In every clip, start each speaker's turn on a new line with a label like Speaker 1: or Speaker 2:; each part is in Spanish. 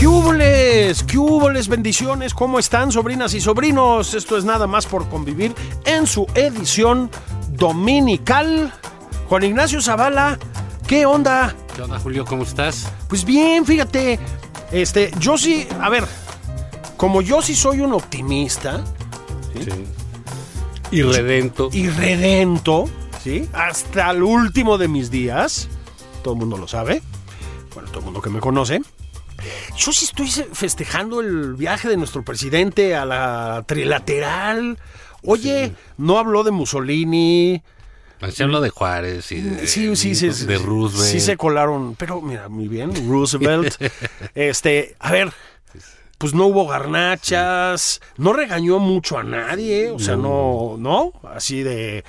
Speaker 1: ¡Cúboles! ¡Cúboles! Bendiciones. ¿Cómo están, sobrinas y sobrinos? Esto es nada más por convivir en su edición dominical. Juan Ignacio Zavala, ¿qué onda?
Speaker 2: ¿Qué onda, Julio? ¿Cómo estás?
Speaker 1: Pues bien, fíjate. Este, yo sí, a ver, como yo sí soy un optimista
Speaker 2: Sí. Y redento.
Speaker 1: y redento, ¿sí? Hasta el último de mis días, todo el mundo lo sabe, bueno, todo el mundo que me conoce. Yo sí estoy se- festejando el viaje de nuestro presidente a la trilateral. Oye, no habló de Mussolini.
Speaker 2: Se habla de Juárez y de,
Speaker 1: Sí, sí, sí. sí,
Speaker 2: de Roosevelt.
Speaker 1: Sí se colaron, pero mira, muy bien, Roosevelt. este, a ver, pues no hubo garnachas, no regañó mucho a nadie, o sea, no, no, así de...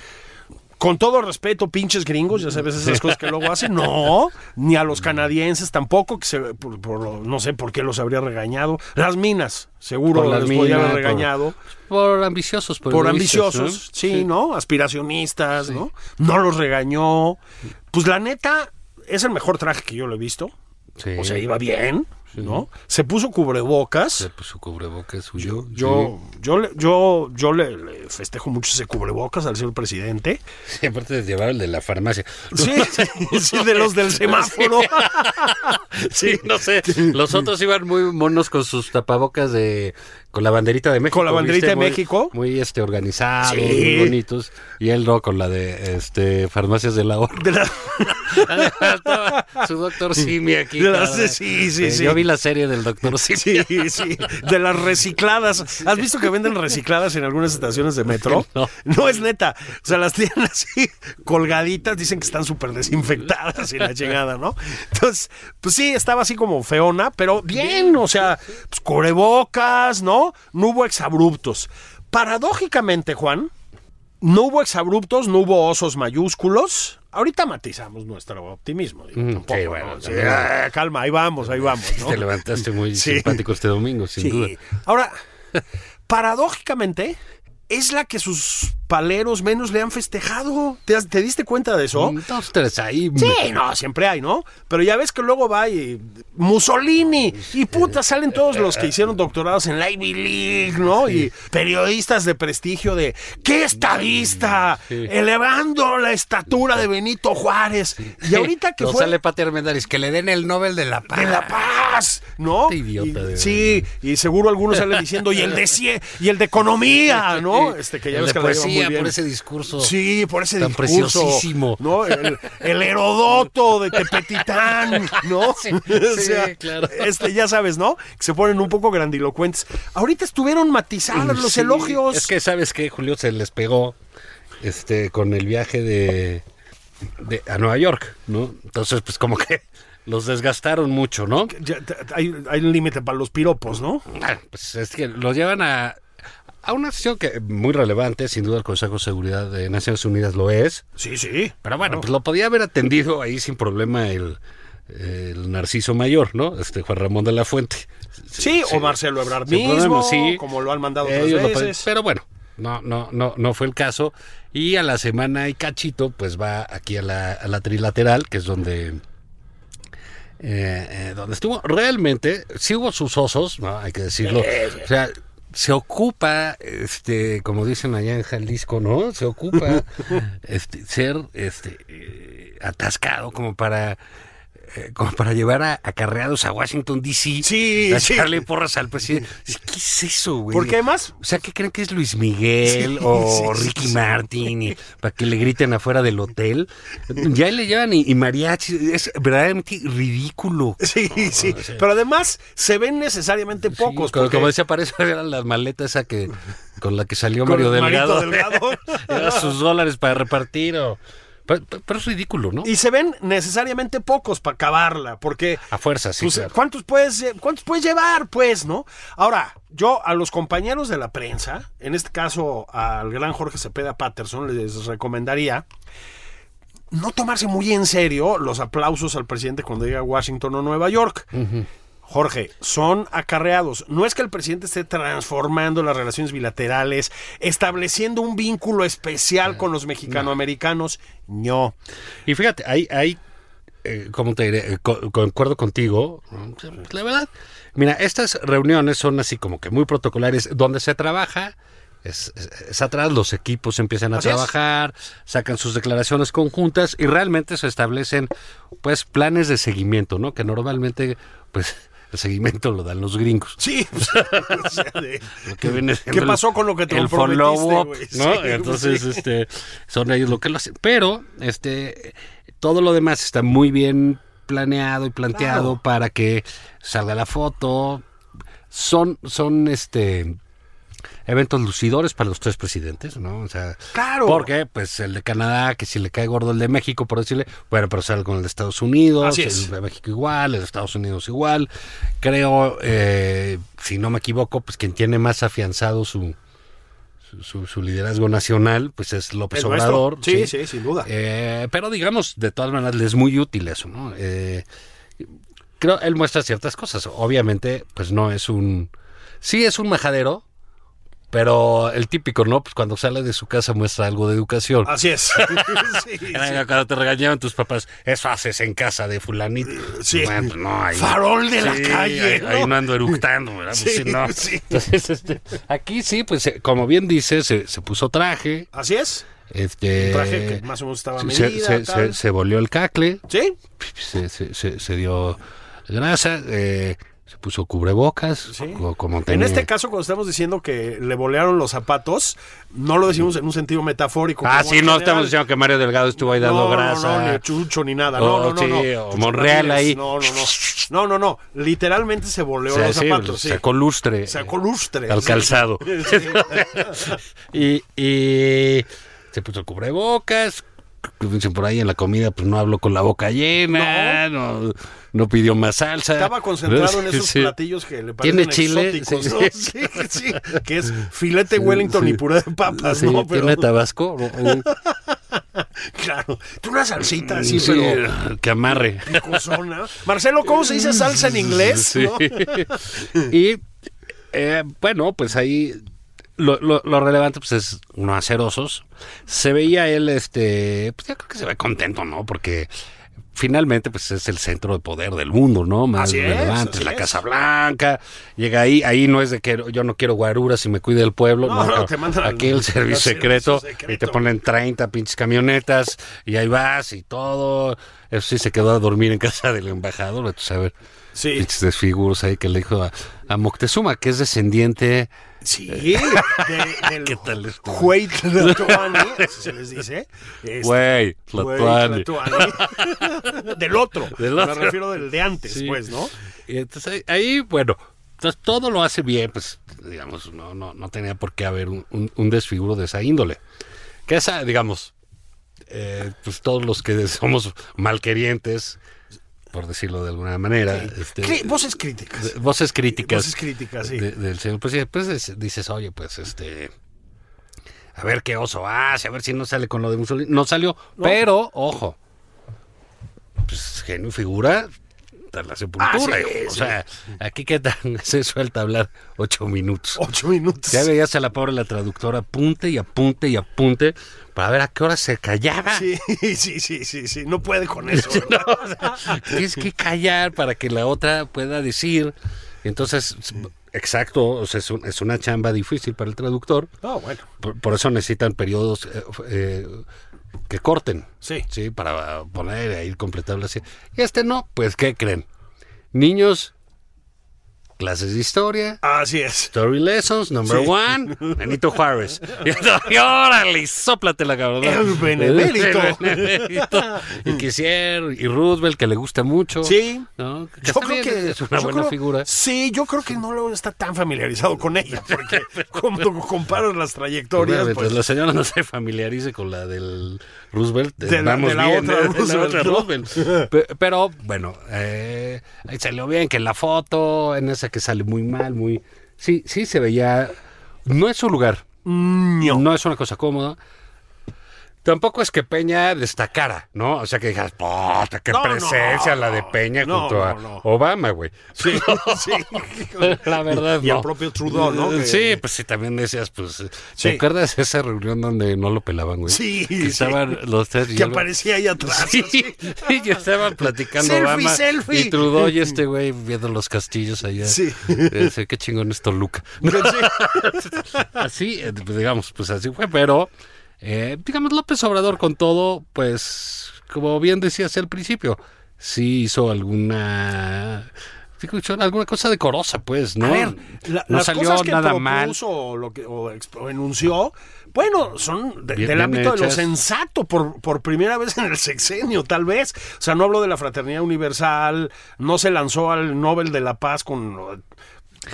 Speaker 1: Con todo respeto, pinches gringos, ya sabes esas cosas que luego hacen. No, ni a los canadienses tampoco, que se, por- por lo- no sé por qué los habría regañado. Las minas, seguro
Speaker 2: Por las
Speaker 1: las les podía
Speaker 2: minas,
Speaker 1: haber
Speaker 2: por-
Speaker 1: regañado
Speaker 2: Por ambiciosos. Por,
Speaker 1: por
Speaker 2: egoístas,
Speaker 1: ambiciosos,
Speaker 2: Pues ¿no?
Speaker 1: sí, ¿no? Aspiracionistas, ¿no? No los regañó. Pues la neta, es el mejor traje que yo lo he visto.
Speaker 2: Sí.
Speaker 1: O sea, iba bien, ¿no? Se puso cubrebocas.
Speaker 2: Se puso cubrebocas suyo.
Speaker 1: Yo, yo, le- yo, yo le, le festejo mucho ese cubrebocas al señor presidente.
Speaker 2: Sí. Sí, aparte de llevar el de la farmacia.
Speaker 1: Sí, sí, de los del semáforo.
Speaker 2: Sí, no sé. Los otros iban muy monos con sus tapabocas de con la banderita de México.
Speaker 1: Con la banderita de
Speaker 2: Muy-
Speaker 1: México.
Speaker 2: Muy este organizados,
Speaker 1: Sí.
Speaker 2: muy bonitos. Y él no con la de este farmacias del ahorro.
Speaker 1: De la-
Speaker 2: Estaba su doctor Simi aquí.
Speaker 1: De las-
Speaker 2: cada-
Speaker 1: sí, sí, sí.
Speaker 2: Yo vi la serie del doctor Simi.
Speaker 1: Sí, sí, de las recicladas. ¿Has visto que venden recicladas en algunas estaciones de metro?
Speaker 2: No.
Speaker 1: es neta. O sea, las tienen así colgaditas, dicen que están súper desinfectadas y la llegada, ¿no? Entonces, pues sí, estaba así como feona, pero bien, o sea, pues cubrebocas, ¿no? No hubo exabruptos. Paradójicamente, Juan, no hubo exabruptos, no hubo osos mayúsculos. Ahorita matizamos nuestro optimismo. digo, tampoco,
Speaker 2: Mm, sí,
Speaker 1: ¿no?
Speaker 2: bueno,
Speaker 1: Sí,
Speaker 2: también.
Speaker 1: ah, calma, ahí vamos, ahí vamos. ¿no?
Speaker 2: Te levantaste muy
Speaker 1: Sí.
Speaker 2: simpático este domingo, sin
Speaker 1: Sí.
Speaker 2: duda.
Speaker 1: Ahora, paradójicamente, es la que sus paleros menos le han festejado. ¿Te, has- te diste cuenta de eso?
Speaker 2: Un, Dos, tres ahí.
Speaker 1: Sí, no, siempre hay, ¿no? Pero ya ves que luego va y Mussolini y puta, salen todos los que hicieron doctorados en la Ivy League, ¿no? Y periodistas de prestigio de ¿qué estadista? Elevando la estatura de Benito Juárez. Y ahorita que
Speaker 2: No
Speaker 1: fue
Speaker 2: sale Pati Armendáriz, que le den el Nobel de la Paz.
Speaker 1: de la paz, ¿no?
Speaker 2: Este idiota
Speaker 1: Y-
Speaker 2: de-
Speaker 1: sí, y seguro algunos salen diciendo, y el de cie- y el de economía, ¿no? Este que ya
Speaker 2: El
Speaker 1: ves
Speaker 2: de
Speaker 1: que la llevan
Speaker 2: poesía,
Speaker 1: muy bien.
Speaker 2: por ese discurso.
Speaker 1: Sí, por ese
Speaker 2: tan
Speaker 1: discurso,
Speaker 2: preciosísimo.
Speaker 1: ¿no? El, el Herodoto de Tepetitán, ¿no?
Speaker 2: Sí, sí, claro.
Speaker 1: Este, ya sabes, ¿no? Que se ponen un poco grandilocuentes. Ahorita estuvieron matizados los
Speaker 2: Sí,
Speaker 1: elogios.
Speaker 2: Es que sabes que Julio se les pegó este con el viaje de, de- a Nueva York, ¿no? Entonces, pues como que los desgastaron mucho, ¿no?
Speaker 1: Ya, t- t- hay, hay un límite para los piropos, ¿no?
Speaker 2: Ah, Pues es que los llevan a, a una acción que muy relevante, sin duda el Consejo de Seguridad de Naciones Unidas lo es.
Speaker 1: Sí, sí.
Speaker 2: Pero bueno, pues lo podía haber atendido ahí sin problema el, el Narciso Mayor, ¿no? Este Juan Ramón de la Fuente.
Speaker 1: Sí, o Marcelo Ebrard
Speaker 2: Sin
Speaker 1: mismo,
Speaker 2: problema, sí. Eh,
Speaker 1: como lo han mandado
Speaker 2: Ellos lo
Speaker 1: otras
Speaker 2: pueden-
Speaker 1: veces.
Speaker 2: pero bueno, no, no, no, no fue el caso. Y a la semana y cachito, pues va aquí a la, a la trilateral, que es donde. eh, eh, donde estuvo realmente, sí hubo sus osos, ¿no? hay que decirlo. O sea, se ocupa, este, como dicen allá en Jalisco, ¿no? Se ocupa este, ser este, eh, atascado como para eh, como para llevar a acarreados a Washington, D.C.
Speaker 1: Sí,
Speaker 2: a
Speaker 1: sí.
Speaker 2: echarle porras al presidente. ¿Qué es eso, güey?
Speaker 1: Porque además,
Speaker 2: O sea, ¿qué creen que es Luis Miguel o
Speaker 1: sí, sí,
Speaker 2: Ricky
Speaker 1: sí.
Speaker 2: Martin? y para que le griten afuera del hotel. Ya le llevan y, y mariachi. Es verdaderamente ridículo.
Speaker 1: sí, sí, pero además se ven necesariamente pocos.
Speaker 2: como,
Speaker 1: porque-
Speaker 2: como decía, para eso era la maleta esa que con la que salió
Speaker 1: Con
Speaker 2: Mario Delgado.
Speaker 1: Marito Delgado.
Speaker 2: era sus dólares para repartir. o- Pero, pero es ridículo, ¿no?
Speaker 1: y se ven necesariamente pocos para acabarla, porque
Speaker 2: A fuerza, sí.
Speaker 1: pues,
Speaker 2: claro.
Speaker 1: ¿cuántos, puedes, lle- ¿cuántos puedes llevar, pues, no? Ahora, yo a los compañeros de la prensa, en este caso al gran Jorge Cepeda Patterson, les recomendaría no tomarse muy en serio los aplausos al presidente cuando llega a Washington o Nueva York. Jorge, son acarreados. No es que el presidente esté transformando las relaciones bilaterales, estableciendo un vínculo
Speaker 2: Eh,
Speaker 1: especial con los mexicanoamericanos. No.
Speaker 2: Y fíjate, hay, hay eh, ¿cómo te diré? Eh, co- concuerdo contigo. ¿no? La verdad, mira, estas reuniones son así como que muy protocolares, donde se trabaja. Es, es- es atrás, los equipos empiezan a
Speaker 1: Así es.
Speaker 2: trabajar, sacan sus declaraciones conjuntas y realmente se establecen pues planes de seguimiento, ¿no? Que normalmente pues el seguimiento lo dan los gringos.
Speaker 1: Sí. O sea, de-
Speaker 2: Lo que viene siendo
Speaker 1: ¿Qué pasó con lo que te
Speaker 2: el
Speaker 1: prometiste,
Speaker 2: follow-up,
Speaker 1: güey?
Speaker 2: ¿no?
Speaker 1: Sí,
Speaker 2: Entonces,
Speaker 1: sí.
Speaker 2: este, son ellos lo que lo hacen. Pero, este, todo lo demás está muy bien planeado y planteado
Speaker 1: Claro.
Speaker 2: para que salga la foto. Son, son, este, eventos lucidores para los tres presidentes, ¿no? O sea,
Speaker 1: Claro.
Speaker 2: Porque, pues, el de Canadá, que si le cae gordo el de México, por decirle, bueno, pero sale con el de Estados Unidos,
Speaker 1: Así es.
Speaker 2: el de México igual, el de Estados Unidos igual. Creo, eh, si no me equivoco, pues quien tiene más afianzado su, su, su- su liderazgo nacional, pues es López
Speaker 1: El nuestro.
Speaker 2: Obrador.
Speaker 1: Sí, sí, sin duda.
Speaker 2: Eh, pero digamos, de todas maneras, le es muy útil eso, ¿no? Eh, creo, él muestra ciertas cosas. Obviamente, pues no es un... Sí es un majadero, pero el típico, ¿no? Pues cuando sale de su casa muestra algo de educación.
Speaker 1: Así es. Sí, sí.
Speaker 2: Era Cuando te regañaban tus papás, eso haces en casa de fulanito.
Speaker 1: Eh, Sí.
Speaker 2: Bueno, pues, no, ahí-
Speaker 1: Farol de la
Speaker 2: Sí,
Speaker 1: calle.
Speaker 2: Ahí,
Speaker 1: ¿no?
Speaker 2: ahí no ando eructando, ¿verdad? Pues,
Speaker 1: Sí,
Speaker 2: sí, no.
Speaker 1: sí.
Speaker 2: Entonces, este, aquí sí, pues eh, como bien dice, se, se puso traje.
Speaker 1: Así es.
Speaker 2: Este,
Speaker 1: Un traje que más o menos estaba
Speaker 2: se-
Speaker 1: medida,
Speaker 2: Se, se,
Speaker 1: tal.
Speaker 2: se volvió el cacle,
Speaker 1: Sí.
Speaker 2: se, se, se- se dio grasa, eh, se puso cubrebocas.
Speaker 1: Sí.
Speaker 2: co- como
Speaker 1: En
Speaker 2: tenía.
Speaker 1: este caso, cuando estamos diciendo que le bolearon los zapatos, no lo decimos en un sentido metafórico.
Speaker 2: Ah,
Speaker 1: como
Speaker 2: sí,
Speaker 1: en
Speaker 2: no
Speaker 1: general.
Speaker 2: estamos diciendo que Mario Delgado estuvo ahí dando
Speaker 1: no,
Speaker 2: grasa.
Speaker 1: No, no, ni chucho ni nada.
Speaker 2: Oh,
Speaker 1: No, no, no.
Speaker 2: sí,
Speaker 1: no.
Speaker 2: o
Speaker 1: Chucho
Speaker 2: Monreal
Speaker 1: Ramírez,
Speaker 2: ahí.
Speaker 1: No, no, no. No, no, no. Literalmente se boleó
Speaker 2: O sea,
Speaker 1: los
Speaker 2: sí, pues,
Speaker 1: zapatos. Sí.
Speaker 2: Sacó lustre.
Speaker 1: Sacó lustre.
Speaker 2: Al
Speaker 1: sí.
Speaker 2: calzado.
Speaker 1: Sí.
Speaker 2: y, y se puso el cubrebocas. como Dicen por ahí en la comida, pues no habló con la boca llena, no, no pidió más salsa.
Speaker 1: Estaba concentrado en esos
Speaker 2: Sí.
Speaker 1: platillos que le
Speaker 2: ¿Tiene
Speaker 1: parecen
Speaker 2: chile?
Speaker 1: exóticos,
Speaker 2: Sí.
Speaker 1: ¿no? Sí, sí. Que es filete Wellington y puré de papas,
Speaker 2: Sí,
Speaker 1: ¿no? Pero,
Speaker 2: ¿Tiene Tabasco? Un-
Speaker 1: claro. Tú una salsita
Speaker 2: sí,
Speaker 1: así, pero
Speaker 2: que amarre.
Speaker 1: picosona. Marcelo, ¿cómo se dice salsa en inglés?
Speaker 2: Sí.
Speaker 1: ¿No?
Speaker 2: y eh, bueno, pues ahí lo, lo- lo relevante pues es uno acerosos. Se veía él, este, pues yo creo que se ve contento, ¿no? Porque finalmente pues es el centro de poder del mundo, ¿no? Más
Speaker 1: Así es,
Speaker 2: relevante,
Speaker 1: así
Speaker 2: es la
Speaker 1: es.
Speaker 2: Casa Blanca. Llega ahí, ahí no es de que yo no quiero guaruras y me cuide el pueblo.
Speaker 1: No,
Speaker 2: No,
Speaker 1: no,
Speaker 2: no.
Speaker 1: te mandan al-
Speaker 2: aquí el
Speaker 1: al
Speaker 2: servicio
Speaker 1: servicio
Speaker 2: secreto,
Speaker 1: secreto.
Speaker 2: y te ponen 30 pinches camionetas y ahí vas y todo. Eso sí se quedó a dormir en casa del embajador, entonces a ver
Speaker 1: Sí.
Speaker 2: pinches desfiguros ahí que le dijo a, a Moctezuma, que es descendiente.
Speaker 1: Sí. de- del
Speaker 2: ¿Qué tal esto?
Speaker 1: Huaytlatoani, así se les dice. Este,
Speaker 2: Güey, Tlatuani.
Speaker 1: Huaytlatoani. del otro.
Speaker 2: Del otro.
Speaker 1: Me refiero del de antes,
Speaker 2: Sí.
Speaker 1: pues, ¿no?
Speaker 2: Y entonces ahí, ahí, bueno, entonces todo lo hace bien, pues digamos, no, no, no tenía por qué haber un, un- un desfiguro de esa índole. Que esa, digamos, eh, pues todos los que somos malquerientes, por decirlo de alguna manera. este,
Speaker 1: Cri- Voces críticas.
Speaker 2: de- voces críticas.
Speaker 1: Voces críticas, sí.
Speaker 2: de- del señor presidente. Pues es- dices, oye, pues este. A ver qué oso hace, a ver si no sale con lo de Mussolini. No salió, pero, ojo. Pues genio y figura tras la sepultura.
Speaker 1: Ah, sí,
Speaker 2: hijo. o
Speaker 1: sí. Oh,
Speaker 2: sea, aquí qué tan se suelta hablar ocho minutos.
Speaker 1: Ocho minutos.
Speaker 2: Ya veías a la pobre la traductora apunte y apunte y apunte para ver a qué hora se callaba.
Speaker 1: Ah. Sí, sí, sí, sí, sí. No puede con eso. ¿verdad?
Speaker 2: Tienes que callar para que la otra pueda decir. Entonces, exacto, o sea, es, un- es una chamba difícil para el traductor.
Speaker 1: No, Ah, bueno.
Speaker 2: Por, por eso necesitan periodos eh, f- eh, que corten.
Speaker 1: Sí.
Speaker 2: Sí, para poner ahí completable así. Y este no, pues ¿qué creen? Niños, clases de historia,
Speaker 1: Así es.
Speaker 2: Story Lessons, number
Speaker 1: Sí.
Speaker 2: one, Benito Juárez. Y, entonces, y órale, sóplate la cabrón.
Speaker 1: El benemérito.
Speaker 2: El benemérito. Y quisieron, y Roosevelt, que le gusta mucho.
Speaker 1: Sí.
Speaker 2: ¿no? Que
Speaker 1: Yo
Speaker 2: está
Speaker 1: creo
Speaker 2: bien,
Speaker 1: que
Speaker 2: es una
Speaker 1: yo
Speaker 2: buena
Speaker 1: creo-
Speaker 2: figura.
Speaker 1: Sí, yo creo que no lo está tan familiarizado con ella, porque cuando comparas las trayectorias,
Speaker 2: Bueno,
Speaker 1: pues,
Speaker 2: mientras la señora no se familiarice con la del Roosevelt, eh,
Speaker 1: De la-
Speaker 2: vamos
Speaker 1: de la
Speaker 2: bien,
Speaker 1: otra
Speaker 2: eh, de la
Speaker 1: Roosevelt,
Speaker 2: otra
Speaker 1: ¿no?
Speaker 2: Roosevelt. Pe- Pero, bueno, eh, ahí salió bien que en la foto, en esa que sale muy mal, muy... Sí, sí se veía... No es su lugar,
Speaker 1: ño.
Speaker 2: no es una cosa cómoda. Tampoco es que Peña destacara, ¿no? O sea, que dijeras, puta, qué
Speaker 1: No, no,
Speaker 2: presencia la de
Speaker 1: no,
Speaker 2: Peña
Speaker 1: no,
Speaker 2: junto a
Speaker 1: no, no.
Speaker 2: Obama, güey.
Speaker 1: Sí, sí.
Speaker 2: La verdad,
Speaker 1: Y al
Speaker 2: no.
Speaker 1: propio Trudeau, ¿no? Que-
Speaker 2: Sí, pues sí, también decías, pues. ¿Te
Speaker 1: Sí.
Speaker 2: acuerdas de esa reunión donde no lo pelaban, güey?
Speaker 1: Sí,
Speaker 2: Que
Speaker 1: sí.
Speaker 2: estaban los tres. y
Speaker 1: que
Speaker 2: yo-
Speaker 1: aparecía ahí atrás.
Speaker 2: Sí, sí, yo estaba platicando
Speaker 1: Selfie,
Speaker 2: Obama
Speaker 1: selfie.
Speaker 2: y Trudeau y este güey viendo los castillos allá. Eh,
Speaker 1: Sí.
Speaker 2: Dice, Qué chingón es Toluca. así, eh, pues, digamos, pues así fue, pero eh, digamos López Obrador con todo, pues como bien decías al principio, sí hizo alguna sí hizo alguna cosa decorosa, pues, ¿no?
Speaker 1: A ver, la-
Speaker 2: no
Speaker 1: las
Speaker 2: salió
Speaker 1: cosas que
Speaker 2: nada
Speaker 1: propuso
Speaker 2: mal.
Speaker 1: o, lo que, o exp- o enunció, bueno, son de-
Speaker 2: Bien-
Speaker 1: del
Speaker 2: bien
Speaker 1: ámbito de lo
Speaker 2: hechas.
Speaker 1: sensato por, por primera vez en el sexenio, tal vez. O sea, no habló de la fraternidad universal, no se lanzó al Nobel de la Paz con eh,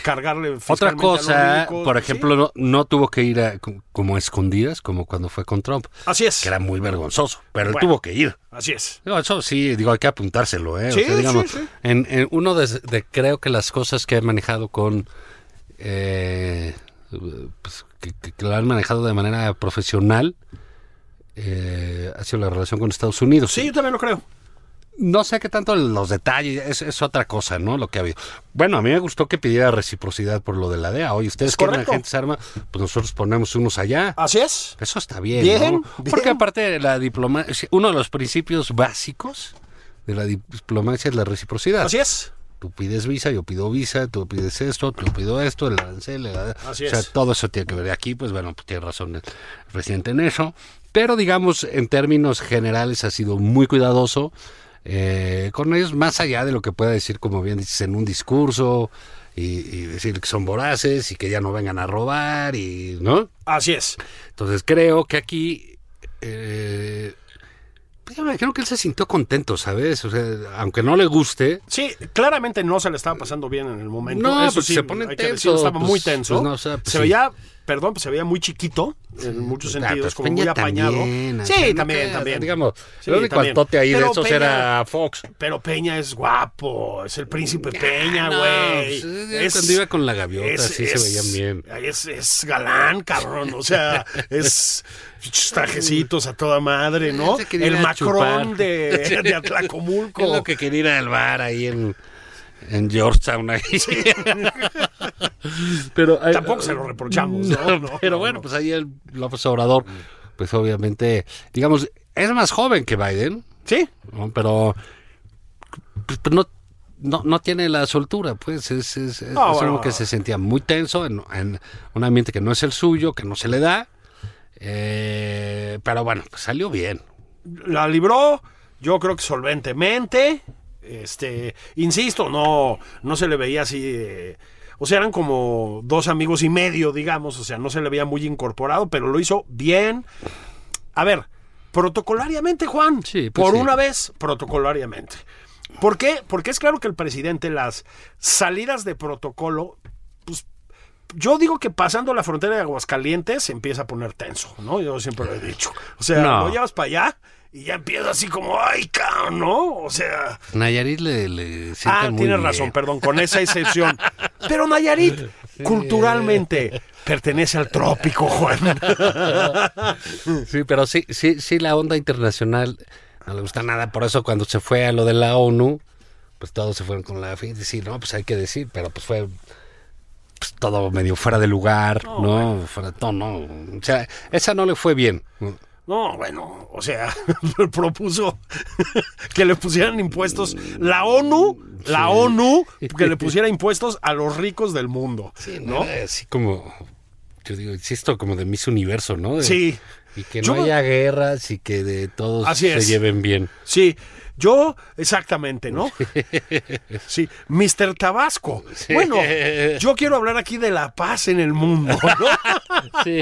Speaker 1: cargarle
Speaker 2: Otra
Speaker 1: fiscalmente a los
Speaker 2: cosa,
Speaker 1: ricos,
Speaker 2: por
Speaker 1: sí.
Speaker 2: ejemplo, no, no tuvo que ir a- como- como a escondidas, como cuando fue con Trump.
Speaker 1: Así es,
Speaker 2: que era muy vergonzoso, pero él
Speaker 1: Bueno.
Speaker 2: tuvo que ir.
Speaker 1: así es.
Speaker 2: Pues, Digo, eso sí, digo, hay que apuntárselo, ¿eh? O
Speaker 1: Sí,
Speaker 2: sea, digamos,
Speaker 1: sí, sí.
Speaker 2: En, en uno de, de- creo que las cosas que he manejado con, eh, pues, que, que- que lo han manejado de manera profesional, eh, ha sido la relación con Estados Unidos.
Speaker 1: Sí, yo también lo creo.
Speaker 2: No sé qué tanto los detalles, es, es otra cosa, ¿no? Lo que ha habido. Bueno, a mí me gustó que pidiera reciprocidad por lo de la DEA. Oye, ustedes
Speaker 1: Es
Speaker 2: quieren
Speaker 1: correcto.
Speaker 2: agentes arma, pues nosotros ponemos unos allá.
Speaker 1: Así es.
Speaker 2: Eso está bien,
Speaker 1: Bien,
Speaker 2: ¿no?
Speaker 1: bien.
Speaker 2: Porque aparte de la diplomacia, uno de los principios básicos de la diplomacia es la reciprocidad.
Speaker 1: Así es.
Speaker 2: Tú pides visa, yo pido visa, tú pides esto, tú pido esto, el arancel, el ara-
Speaker 1: Así
Speaker 2: o sea,
Speaker 1: es.
Speaker 2: todo eso tiene que ver Y aquí, pues bueno, pues tiene razón el presidente en eso. Pero digamos, en términos generales ha sido muy cuidadoso eh, con ellos, más allá de lo que pueda decir, como bien dices, en un discurso y, y decir que son voraces y que ya no vengan a robar y, ¿no?
Speaker 1: Así es.
Speaker 2: Entonces creo que aquí. Eh, pues, yo me imagino que él se sintió contento, ¿sabes? O sea, aunque no le guste. ah,
Speaker 1: Sí, claramente no se le estaba pasando bien en el momento.
Speaker 2: No,
Speaker 1: Eso
Speaker 2: pues
Speaker 1: sí,
Speaker 2: se ponen
Speaker 1: hay que
Speaker 2: tensos,
Speaker 1: decirlo, estaba
Speaker 2: pues,
Speaker 1: muy tenso.
Speaker 2: pues no, o sea, pues
Speaker 1: se
Speaker 2: sí.
Speaker 1: veía, perdón, pues se veía muy chiquito en muchos
Speaker 2: ah,
Speaker 1: sentidos,
Speaker 2: pues,
Speaker 1: como
Speaker 2: Peña
Speaker 1: muy apañado.
Speaker 2: también, o sea,
Speaker 1: sí,
Speaker 2: no
Speaker 1: también,
Speaker 2: creas,
Speaker 1: también.
Speaker 2: Digamos,
Speaker 1: Sí,
Speaker 2: el único
Speaker 1: también.
Speaker 2: altote ahí de
Speaker 1: Pero
Speaker 2: esos
Speaker 1: Peña-
Speaker 2: era Fox.
Speaker 1: Pero Peña es guapo, es el príncipe Peña,
Speaker 2: Ah, no,
Speaker 1: güey.
Speaker 2: pues, ya cuando iba con la gaviota, sí se veían
Speaker 1: Es, es galán, cabrón. O sea, es pinches trajecitos a toda madre, ¿no?
Speaker 2: Se quería ir
Speaker 1: El
Speaker 2: a
Speaker 1: Macron
Speaker 2: chupar.
Speaker 1: de, de
Speaker 2: Es
Speaker 1: Atlacomulco.
Speaker 2: lo que quería ir al bar ahí en, en Georgetown. Ahí. pero, eh,
Speaker 1: Tampoco se lo reprochamos, ¿no? No,
Speaker 2: pero
Speaker 1: no,
Speaker 2: bueno,
Speaker 1: no.
Speaker 2: pues ahí el López Obrador, pues obviamente, digamos, es más joven que Biden.
Speaker 1: Sí,
Speaker 2: ¿no? pero pues, pues, no, no, no tiene la soltura, pues es, es, es-
Speaker 1: Ah,
Speaker 2: es
Speaker 1: bueno.
Speaker 2: uno que se sentía muy tenso en, en un ambiente que no es el suyo, que no se le da, Eh, pero bueno, pues salió bien.
Speaker 1: la libró, yo creo que solventemente. Este, insisto, no, no se le veía así. eh, o sea, eran como dos amigos y medio, digamos. O sea, no se le veía muy incorporado, pero lo hizo bien. A ver, protocolariamente, Juan.
Speaker 2: Sí, pues
Speaker 1: por
Speaker 2: sí.
Speaker 1: una vez, protocolariamente. ¿Por qué? Porque es claro que el presidente las salidas de protocolo, pues yo digo que pasando la frontera de Aguascalientes se empieza a poner tenso, ¿no? Yo siempre lo he dicho. O sea,
Speaker 2: No.
Speaker 1: lo llevas para allá y ya empieza así como, ay, cabrón, ¿no? O sea,
Speaker 2: Nayarit le, le sienta
Speaker 1: ah,
Speaker 2: muy
Speaker 1: tienes
Speaker 2: bien.
Speaker 1: razón, perdón, con esa excepción. Pero Nayarit, culturalmente, pertenece al trópico, Juan.
Speaker 2: Sí, pero sí, sí, sí, la onda internacional no le gusta nada. Por eso cuando se fue a lo de la ONU, pues todos se fueron con la fin de decir, no, pues hay que decir, pero pues fue pues, todo medio fuera de lugar, ¿no? Fuera de tono. O sea, esa no le fue bien.
Speaker 1: No, bueno, o sea, propuso que le pusieran impuestos. La ONU, la ONU, que le pusiera impuestos a los ricos del mundo.
Speaker 2: Sí,
Speaker 1: ¿no?
Speaker 2: Así como, yo digo, insisto, como de Miss Universo, ¿no? De-
Speaker 1: Sí.
Speaker 2: Y que
Speaker 1: Yo-
Speaker 2: no haya guerras y que de todos
Speaker 1: Así
Speaker 2: se
Speaker 1: es.
Speaker 2: lleven bien.
Speaker 1: Sí, yo exactamente, ¿no? Sí, Mr. Tabasco. Bueno, yo quiero hablar aquí de la paz en el mundo. ¿no?
Speaker 2: Sí,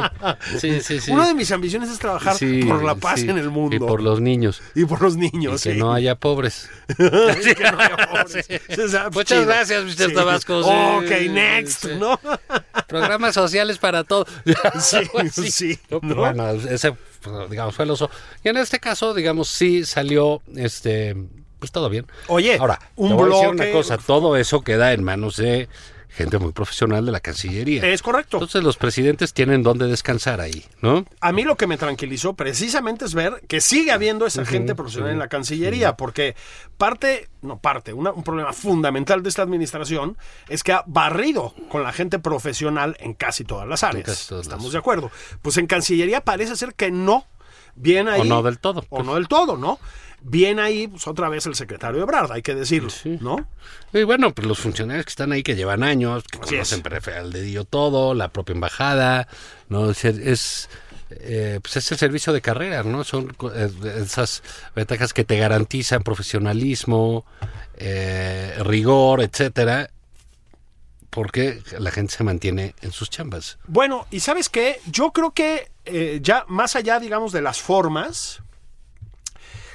Speaker 2: sí, sí. sí.
Speaker 1: Una de mis ambiciones es trabajar
Speaker 2: Sí,
Speaker 1: por la paz
Speaker 2: sí.
Speaker 1: en el mundo
Speaker 2: Y por los niños.
Speaker 1: los
Speaker 2: Y que
Speaker 1: niños. sí.
Speaker 2: no haya pobres.
Speaker 1: Y que no haya pobres. Sí, sí,
Speaker 2: Muchas
Speaker 1: chido.
Speaker 2: gracias, Mr. Tabasco. Sí,
Speaker 1: Ok,
Speaker 2: sí,
Speaker 1: next,
Speaker 2: sí.
Speaker 1: ¿no?
Speaker 2: Programas sociales para todos.
Speaker 1: Sí,
Speaker 2: Algo así.
Speaker 1: sí,
Speaker 2: No, pero
Speaker 1: ¿no?
Speaker 2: Bueno, ese, pues, digamos, fue el oso. Y en este caso, digamos, sí salió, este, pues todo bien.
Speaker 1: Oye,
Speaker 2: ahora,
Speaker 1: un
Speaker 2: te voy a decir
Speaker 1: bloque-
Speaker 2: una cosa. Todo eso queda en manos de gente muy profesional de la Cancillería.
Speaker 1: Es correcto.
Speaker 2: Entonces los presidentes tienen donde descansar ahí, ¿no?
Speaker 1: A mí lo que me tranquilizó precisamente es ver que sigue habiendo esa gente profesional en la Cancillería, porque parte, no parte, una- un problema fundamental de esta administración es que ha barrido con la gente profesional en casi todas las áreas.
Speaker 2: casi todas las-
Speaker 1: Estamos de acuerdo. Pues en Cancillería parece ser que no. Bien ahí.
Speaker 2: no del todo,
Speaker 1: O
Speaker 2: pues.
Speaker 1: no del todo, ¿no? Bien ahí, pues otra vez el secretario Ebrard, hay que decirlo, ¿no?
Speaker 2: Y bueno, pues los funcionarios que están ahí, que llevan años, que
Speaker 1: Así
Speaker 2: conocen
Speaker 1: es.
Speaker 2: perfecto al dedillo todo, la propia embajada, ¿no? Es, es, eh, pues es el servicio de carrera, ¿no? Son co- eh, esas ventajas que te garantizan profesionalismo, eh, rigor, etcétera, porque la gente se mantiene en sus chambas.
Speaker 1: Bueno, y sabes qué, yo creo que eh, ya más allá, digamos, de las formas,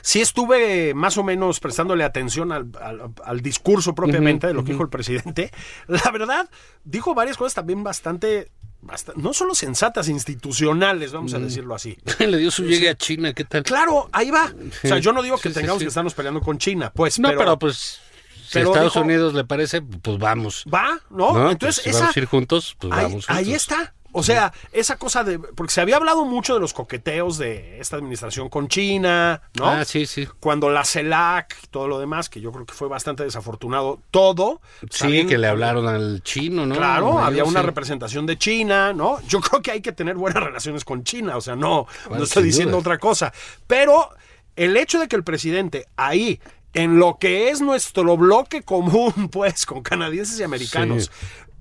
Speaker 1: sí estuve más o menos prestándole atención al, al- al discurso propiamente de lo que dijo el presidente. La verdad, dijo varias cosas también bastante, basta- no solo sensatas, institucionales, vamos a decirlo así.
Speaker 2: Le dio su llegue a China, ¿qué tal?
Speaker 1: Claro, ahí va. O sea, yo no digo que
Speaker 2: Sí, sí,
Speaker 1: tengamos
Speaker 2: sí.
Speaker 1: que estarnos peleando con China, pues.
Speaker 2: No, pero, pues, si a
Speaker 1: pero
Speaker 2: Estados
Speaker 1: dijo-
Speaker 2: Unidos le parece, pues vamos.
Speaker 1: Va, ¿no?
Speaker 2: ¿no?
Speaker 1: Entonces,
Speaker 2: Pues, si
Speaker 1: esa,
Speaker 2: vamos a ir juntos, pues
Speaker 1: Ahí,
Speaker 2: vamos juntos.
Speaker 1: ahí está. O sea, esa cosa de. Porque se había hablado mucho de los coqueteos de esta administración con China, ¿no?
Speaker 2: Ah, sí, sí.
Speaker 1: Cuando la CELAC y todo lo demás, que yo creo que fue bastante desafortunado todo.
Speaker 2: Sí,
Speaker 1: También-
Speaker 2: que le hablaron al chino, ¿no?
Speaker 1: Claro,
Speaker 2: Medio,
Speaker 1: había una
Speaker 2: sí.
Speaker 1: representación de China, ¿no? Yo creo que hay que tener buenas relaciones con China, o sea, no,
Speaker 2: Bueno,
Speaker 1: no estoy
Speaker 2: sin
Speaker 1: diciendo
Speaker 2: duda.
Speaker 1: otra cosa. Pero el hecho de que el presidente ahí, en lo que es nuestro bloque común, pues, con canadienses y americanos,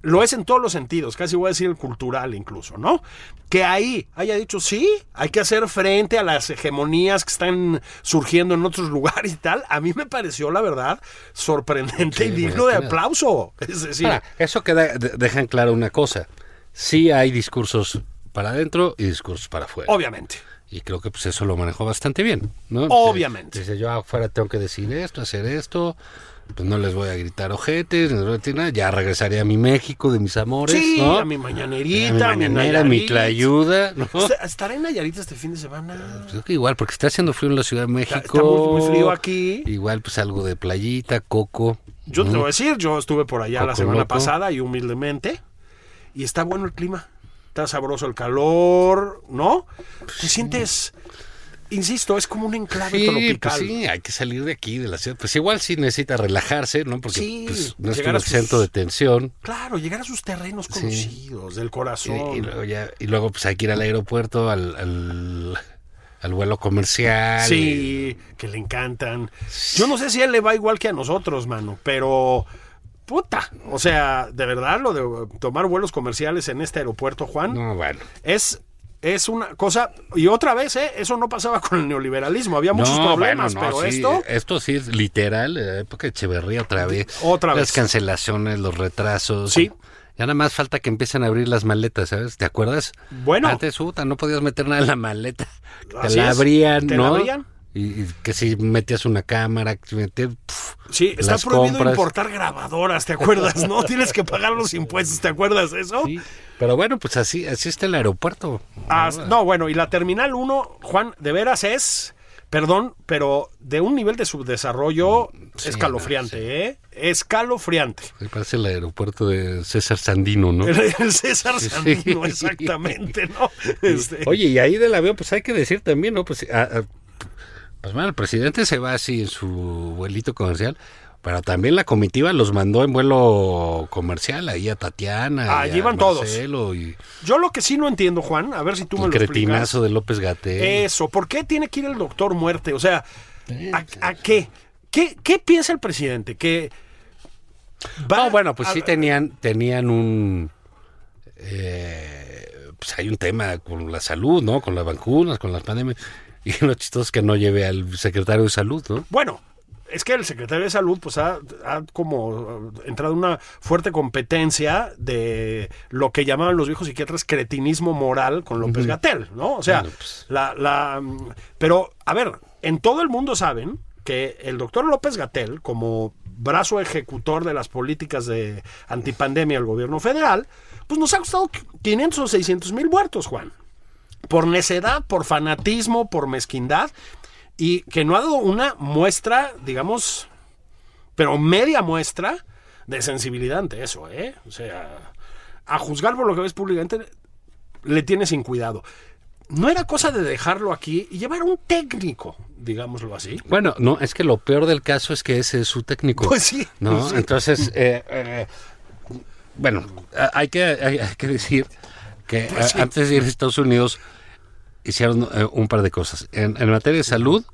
Speaker 1: lo es en todos los sentidos, casi voy a decir el cultural incluso, ¿no? Que ahí haya dicho, sí, hay que hacer frente a las hegemonías que están surgiendo en otros lugares y tal, a mí me pareció, la verdad, sorprendente y
Speaker 2: Sí,
Speaker 1: digno de
Speaker 2: imagínate.
Speaker 1: aplauso. Es decir,
Speaker 2: Ahora, eso queda, de- deja en claro una cosa. Sí hay discursos para adentro y discursos para afuera.
Speaker 1: obviamente.
Speaker 2: Y creo que pues eso lo manejó bastante bien, ¿no?
Speaker 1: Obviamente.
Speaker 2: Dice, yo afuera tengo que decir esto, hacer esto, pues no les voy a gritar ojetes, no les voy a decir nada, ya regresaré a mi México de mis amores,
Speaker 1: Sí,
Speaker 2: Pues, ¿no?
Speaker 1: a mi
Speaker 2: A mi
Speaker 1: mañanerita, a mi
Speaker 2: mañanera, a mi
Speaker 1: Nayarit.
Speaker 2: tlayuda, ¿no?
Speaker 1: Est- Estaré en Nayarit este fin de semana.
Speaker 2: Pues creo que igual, porque está haciendo frío en la Ciudad de México.
Speaker 1: está muy- muy frío aquí.
Speaker 2: Igual, pues algo de playita, coco.
Speaker 1: Yo te voy a decir, yo estuve por allá la
Speaker 2: Coco
Speaker 1: semana
Speaker 2: loco.
Speaker 1: pasada y humildemente. Y está bueno el clima. Está sabroso el calor, ¿no? Te sientes, insisto, es como un enclave
Speaker 2: Pues Sí,
Speaker 1: tropical.
Speaker 2: pues sí, hay que salir de aquí, de la ciudad. Pues igual sí necesita relajarse, ¿no? Porque
Speaker 1: Sí,
Speaker 2: pues, no es
Speaker 1: llegar
Speaker 2: un
Speaker 1: a sus-
Speaker 2: centro de tensión. eh,
Speaker 1: Claro, llegar a sus terrenos conocidos, del
Speaker 2: Y,
Speaker 1: corazón.
Speaker 2: y luego ya- y luego, pues hay que ir al aeropuerto, al, al, al vuelo comercial.
Speaker 1: Sí, que le encantan. Yo no sé si a él le va igual que a nosotros, mano, pero puta. O sea, de verdad, lo de tomar vuelos comerciales en este aeropuerto, Juan,
Speaker 2: No, bueno.
Speaker 1: es, es una cosa. Y otra vez, ¿eh? eso no pasaba con el neoliberalismo. Había muchos
Speaker 2: no,
Speaker 1: problemas,
Speaker 2: bueno, no,
Speaker 1: pero
Speaker 2: sí, eh,
Speaker 1: esto.
Speaker 2: Esto sí es literal, la época de Echeverría otra vez.
Speaker 1: Otra vez.
Speaker 2: Las cancelaciones, los retrasos.
Speaker 1: Sí.
Speaker 2: Ya nada más falta que empiecen a abrir las maletas, ¿sabes? ¿Te acuerdas?
Speaker 1: Bueno.
Speaker 2: Antes, puta, no podías meter nada en la maleta. Te
Speaker 1: Así
Speaker 2: la
Speaker 1: es,
Speaker 2: abrían,
Speaker 1: te la
Speaker 2: ¿no?
Speaker 1: abrían.
Speaker 2: Y, y que si metías una cámara, que si metías, pf,
Speaker 1: Sí, está
Speaker 2: las
Speaker 1: prohibido
Speaker 2: compras.
Speaker 1: importar grabadoras, ¿te acuerdas? No tienes que pagar los impuestos, ¿te acuerdas de eso?
Speaker 2: Sí, Pero bueno, pues así, así está el aeropuerto.
Speaker 1: Ah, no, bueno, y la Terminal 1, Juan, de veras es, perdón, pero de un nivel de
Speaker 2: Mm,
Speaker 1: subdesarrollo escalofriante, ¿eh? Escalofriante.
Speaker 2: Sí, Parece el aeropuerto de César Sandino, ¿no?
Speaker 1: El, el César
Speaker 2: Sí.
Speaker 1: Sandino, exactamente, ¿no? Este,
Speaker 2: Oye, y ahí del avión, pues hay que decir también, ¿no? Pues, ah, ah, pues, bueno, el presidente se va así en su vuelito comercial, pero también la comitiva los mandó en vuelo comercial, ahí a Tatiana,
Speaker 1: Allí
Speaker 2: y a
Speaker 1: van todos.
Speaker 2: Marcelo y
Speaker 1: yo lo que sí no entiendo, Juan, a ver si tú me
Speaker 2: el
Speaker 1: lo explicas.
Speaker 2: cretinazo de López Gatel.
Speaker 1: Eso, ¿por qué tiene que ir el doctor muerte? O sea, ¿a, a qué? qué? qué piensa el presidente? Que va
Speaker 2: No, bueno, pues
Speaker 1: a-
Speaker 2: sí tenían, tenían un eh, pues, pues hay un tema con la salud, ¿no? Con las vacunas, con las pandemias. Y lo chistoso es que no lleve al secretario de salud, ¿no?
Speaker 1: Bueno, es que el secretario de salud pues ha, ha como eh, entrado en una fuerte competencia de lo que llamaban los viejos psiquiatras cretinismo moral con López Gatel, ¿no? O sea,
Speaker 2: Bueno, pues.
Speaker 1: la, la- Pero, a ver, en todo el mundo saben que el doctor López Gatel, como brazo ejecutor de las políticas de antipandemia del gobierno federal, pues nos ha costado 500 o 600 mil muertos, Juan por necedad, por fanatismo, por mezquindad, y que no ha dado una muestra, digamos, pero media muestra de sensibilidad ante eso, ¿eh? O sea, a juzgar por lo que ves públicamente, le tiene sin cuidado. No era cosa de dejarlo aquí y llevar a un técnico, digámoslo así.
Speaker 2: Bueno, no, es que lo peor del caso es que ese es su técnico.
Speaker 1: Pues sí,
Speaker 2: ¿no?
Speaker 1: pues sí.
Speaker 2: Entonces, eh, eh, bueno, a- hay que, hay, hay que decir que
Speaker 1: Pues
Speaker 2: a- antes de ir a Estados Unidos hicieron eh, un par de cosas. En, en materia de salud,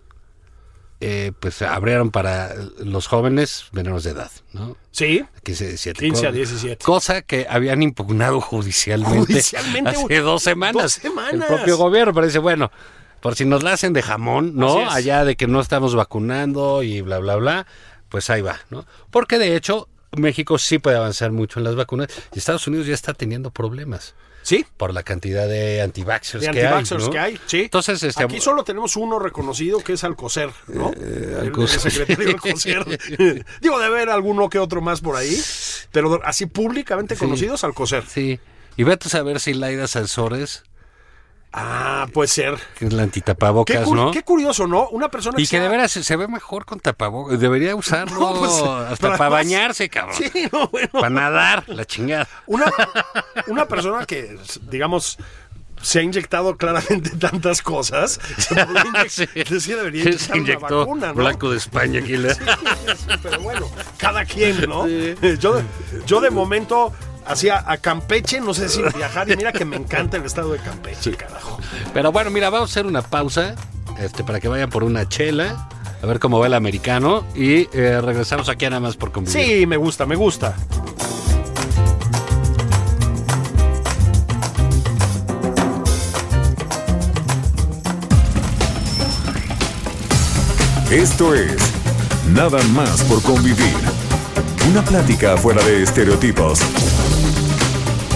Speaker 2: eh, pues abrieron para los jóvenes menores de edad, ¿no?
Speaker 1: Sí,
Speaker 2: 15 a 17.
Speaker 1: 15 a
Speaker 2: Co-
Speaker 1: 17.
Speaker 2: Cosa que habían impugnado judicialmente,
Speaker 1: Judicialmente,
Speaker 2: hace dos semanas.
Speaker 1: dos semanas.
Speaker 2: El propio gobierno parece, bueno, por si nos la hacen de jamón,
Speaker 1: Así
Speaker 2: ¿no?
Speaker 1: es.
Speaker 2: Allá de que no estamos vacunando y bla, bla, bla, pues ahí va, ¿no? Porque de hecho, México sí puede avanzar mucho en las vacunas y Estados Unidos ya está teniendo problemas
Speaker 1: sí.
Speaker 2: por la cantidad de antivaxxers
Speaker 1: De
Speaker 2: que hay.
Speaker 1: antivaxxers
Speaker 2: ¿no?
Speaker 1: que hay, sí.
Speaker 2: Entonces, este, Eh,
Speaker 1: aquí solo tenemos uno reconocido que es Alcocer, ¿no? El- el,
Speaker 2: Alcocer.
Speaker 1: secretario Alcocer. Digo, debe haber alguno que otro más por ahí, pero así públicamente conocidos Alcocer.
Speaker 2: Sí. Y vete a saber si Laida Sansores,
Speaker 1: Ah, puede ser.
Speaker 2: que es la
Speaker 1: Qué,
Speaker 2: antitapabocas,
Speaker 1: cur-
Speaker 2: ¿no?
Speaker 1: qué curioso, ¿no? Una persona
Speaker 2: Y que de
Speaker 1: sea-
Speaker 2: veras se, se ve mejor con tapabocas. Debería usarlo
Speaker 1: No, pues,
Speaker 2: hasta
Speaker 1: pero
Speaker 2: para
Speaker 1: además-
Speaker 2: bañarse, cabrón.
Speaker 1: Sí, no, bueno.
Speaker 2: Para nadar, la chingada.
Speaker 1: Una, una persona que, digamos, se ha inyectado claramente tantas cosas. Se podría inye-
Speaker 2: Sí.
Speaker 1: sí debería
Speaker 2: Sí,
Speaker 1: inyectar
Speaker 2: se
Speaker 1: una
Speaker 2: inyectó
Speaker 1: vacuna, ¿no?
Speaker 2: Blanco de España aquí. la-
Speaker 1: Sí, pero bueno, cada quien, ¿no? Yo, yo de momento hacía a Campeche, no sé si viajar, y mira que me encanta el estado de Campeche, carajo.
Speaker 2: Pero bueno, mira, vamos a hacer una pausa este, para que vayan por una chela, a ver cómo va el americano. Y eh, regresamos aquí a nada más por convivir.
Speaker 1: Sí, me gusta, me gusta.
Speaker 3: Esto es Nada más por convivir. Una plática fuera de estereotipos.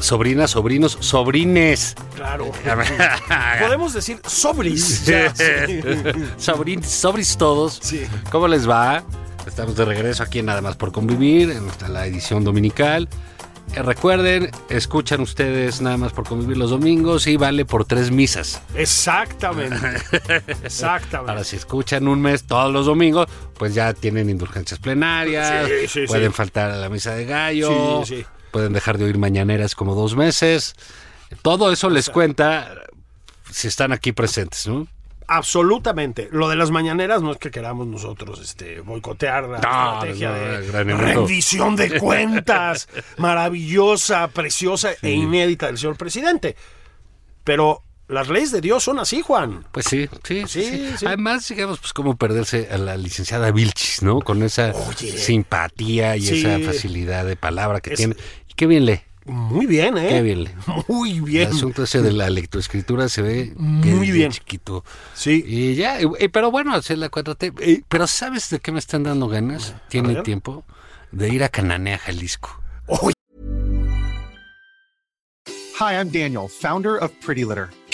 Speaker 2: Sobrinas, sobrinos, sobrines.
Speaker 1: Claro. Podemos decir sobris. ya, sí.
Speaker 2: Sobrin- sobris todos.
Speaker 1: Sí.
Speaker 2: ¿Cómo les va? Estamos de regreso aquí en Nada más por convivir, en nuestra- la edición dominical. Eh, recuerden, escuchan ustedes Nada más por convivir los domingos y vale por tres misas.
Speaker 1: Exactamente.
Speaker 2: Ahora,
Speaker 1: Exactamente.
Speaker 2: si escuchan un mes todos los domingos, pues ya tienen indulgencias plenarias,
Speaker 1: Sí, sí,
Speaker 2: pueden
Speaker 1: sí.
Speaker 2: faltar a la misa de gallo,
Speaker 1: Sí, sí.
Speaker 2: pueden dejar de oír mañaneras como dos meses. Todo eso les cuenta si están aquí presentes, ¿no?
Speaker 1: Absolutamente. Lo de las mañaneras no es que queramos nosotros este, boicotear la
Speaker 2: No,
Speaker 1: estrategia
Speaker 2: no,
Speaker 1: de
Speaker 2: gran error.
Speaker 1: rendición de cuentas maravillosa, preciosa e inédita del señor presidente. Pero las leyes de Dios son así, Juan.
Speaker 2: Pues sí, sí,
Speaker 1: Sí,
Speaker 2: sí. sí.
Speaker 1: sí.
Speaker 2: Además, digamos, pues cómo perderse a la licenciada Vilchis, ¿no? Con esa
Speaker 1: Oye.
Speaker 2: simpatía y
Speaker 1: Sí.
Speaker 2: esa facilidad de palabra que
Speaker 1: Es-
Speaker 2: tiene. Y qué bien lee,
Speaker 1: Muy bien, ¿eh?
Speaker 2: qué bien lee.
Speaker 1: Muy
Speaker 2: El
Speaker 1: bien.
Speaker 2: asunto ese de la lectoescritura se ve que
Speaker 1: Muy
Speaker 2: desde
Speaker 1: bien.
Speaker 2: chiquito.
Speaker 1: Sí.
Speaker 2: Y ya, eh, eh, pero bueno, hacer la 4T. Eh, pero ¿sabes de qué me están dando ganas? Tiene
Speaker 1: ver.
Speaker 2: tiempo de ir a Cananea, Jalisco.
Speaker 4: Hi, I'm Daniel, founder of Pretty Litter.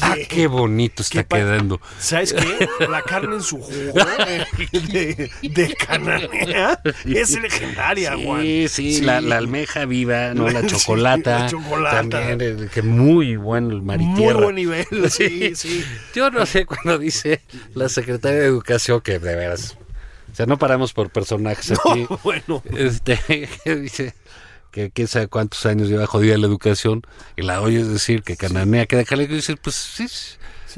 Speaker 2: Ah, qué bonito está
Speaker 1: Qué pa-
Speaker 2: quedando.
Speaker 1: ¿Sabes qué? La carne en su jugo eh, de, de cananea es legendaria, Juan.
Speaker 2: Sí, sí, La, la almeja viva, no la
Speaker 1: Sí,
Speaker 2: chocolata.
Speaker 1: la chocolata.
Speaker 2: También, el que muy buen el
Speaker 1: Muy
Speaker 2: maritierra.
Speaker 1: buen nivel, sí, sí.
Speaker 2: Yo no sé cuando dice la secretaria de Educación que de veras. O sea, no paramos por personajes aquí.
Speaker 1: Bueno,
Speaker 2: Este, que dice que quién sabe cuántos años lleva jodida la educación y la oyes decir que cananea, que déjale que dices, pues sí,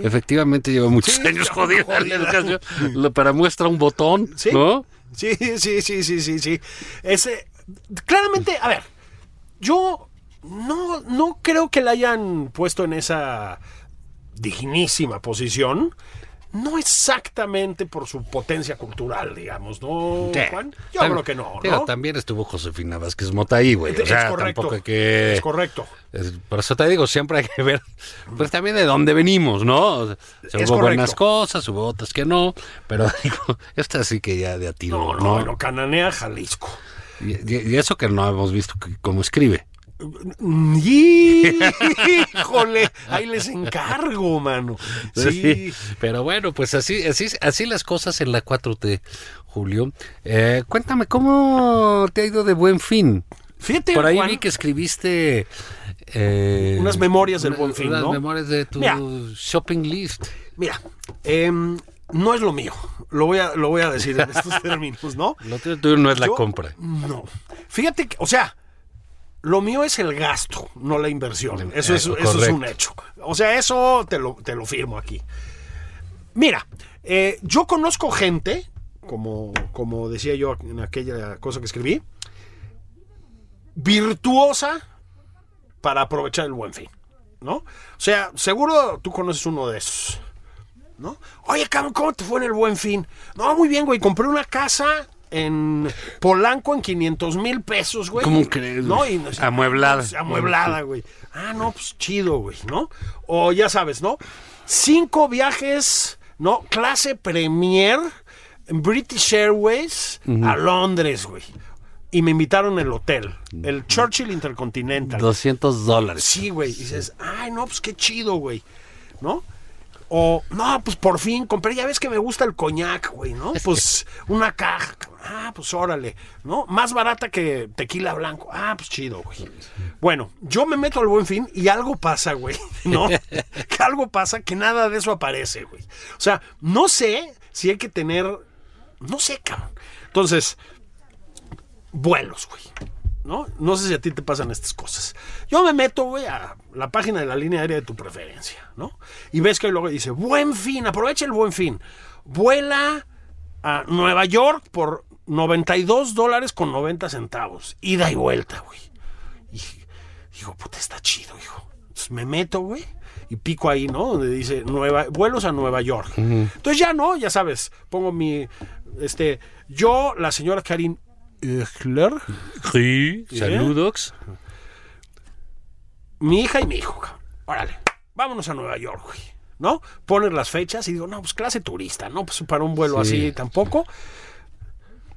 Speaker 2: efectivamente lleva muchos años jodida, la educación. Lo- para muestra un botón,
Speaker 1: Sí.
Speaker 2: ¿no?
Speaker 1: sí, sí, sí, sí, sí, sí. Ese, claramente, a ver, yo no, no creo que la hayan puesto en esa dignísima posición. No exactamente por su potencia cultural, digamos, ¿no,
Speaker 2: Sí.
Speaker 1: Juan? Yo
Speaker 2: Tam-
Speaker 1: creo que no,
Speaker 2: digo,
Speaker 1: ¿no?
Speaker 2: También estuvo Josefina Vázquez Motaí, güey. O
Speaker 1: Es
Speaker 2: sea,
Speaker 1: correcto,
Speaker 2: tampoco hay que...
Speaker 1: Es correcto.
Speaker 2: Es- Por eso te digo, siempre hay que ver, pues también de dónde venimos, ¿no? O sea, hubo
Speaker 1: Es correcto.
Speaker 2: buenas cosas, hubo otras que no, pero digo, esta sí que ya de a tiro,
Speaker 1: No,
Speaker 2: ¿no?
Speaker 1: no, bueno, cananea Jalisco.
Speaker 2: Y, y- y eso que no hemos visto que- cómo escribe.
Speaker 1: Híjole, ahí les encargo, mano. Sí.
Speaker 2: Pero bueno, pues así, así, así las cosas en la 4T, Julio. Eh, cuéntame, ¿cómo te ha ido de buen fin?
Speaker 1: Fíjate,
Speaker 2: Por ahí
Speaker 1: Juan,
Speaker 2: vi que escribiste... eh,
Speaker 1: unas memorias del Buen Fin,
Speaker 2: unas
Speaker 1: ¿no?
Speaker 2: memorias de tu
Speaker 1: Mira.
Speaker 2: shopping list.
Speaker 1: mira, em, no es lo mío. Lo voy a, lo voy a decir en estos términos, ¿no?
Speaker 2: Lo tuyo no es la
Speaker 1: Yo-
Speaker 2: compra.
Speaker 1: No. Fíjate que, o sea, lo mío es el gasto, no la inversión. Eso es,
Speaker 2: Eh,
Speaker 1: eso es un
Speaker 2: correcto.
Speaker 1: hecho. O sea, eso te lo, te lo firmo aquí. Mira, eh, yo conozco gente, como, como decía yo en aquella cosa que escribí, virtuosa para aprovechar el buen fin, ¿no? O sea, seguro tú conoces uno de esos, ¿no? Oye, cabrón, ¿cómo te fue en el buen fin? No, muy bien, güey, compré una casa en Polanco en 500 mil pesos, güey.
Speaker 2: ¿Cómo crees,
Speaker 1: ¿No?
Speaker 2: güey?
Speaker 1: Y nos-
Speaker 2: Amueblada.
Speaker 1: nos- Amueblada, güey. Ah, no, pues chido, güey, ¿no? O ya sabes, ¿no? Cinco viajes, ¿no? Clase Premier, en British Airways, a Londres, güey. Y me invitaron el hotel, el Churchill Intercontinental.
Speaker 2: 200 dólares.
Speaker 1: Sí, güey. Y dices, ay, no, pues qué chido, güey. ¿No? O, no, pues por fin compré, ya ves que me gusta el coñac, güey, ¿no? Pues una caja, cabrón. ah, pues órale, ¿no? Más barata que tequila blanco, ah, pues chido, güey. Bueno, yo me meto al buen fin y algo pasa, güey, ¿no? que algo pasa que nada de eso aparece, güey. O sea, no sé si hay que tener, no sé, cabrón. Entonces, vuelos, güey. ¿No? No sé si a ti te pasan estas cosas. Yo me meto, güey, a la página de la línea aérea de tu preferencia, ¿no? Y ves que luego dice, buen fin, aprovecha el buen fin. Vuela a Nueva York por 92 dólares con 90 centavos. Ida y vuelta, güey. Y digo, puta, está chido, hijo. Entonces me meto, güey, y pico ahí, ¿no? Donde dice nueva, vuelos a Nueva York. Entonces ya no, ya sabes, pongo mi, este, yo, la señora Karin Echler,
Speaker 2: Sí, saludos.
Speaker 1: mi hija y mi hijo, cabrón. Órale, vámonos a Nueva York, güey. ¿No? Poner las fechas y digo, no, pues clase turista, ¿no? Pues para un vuelo así tampoco.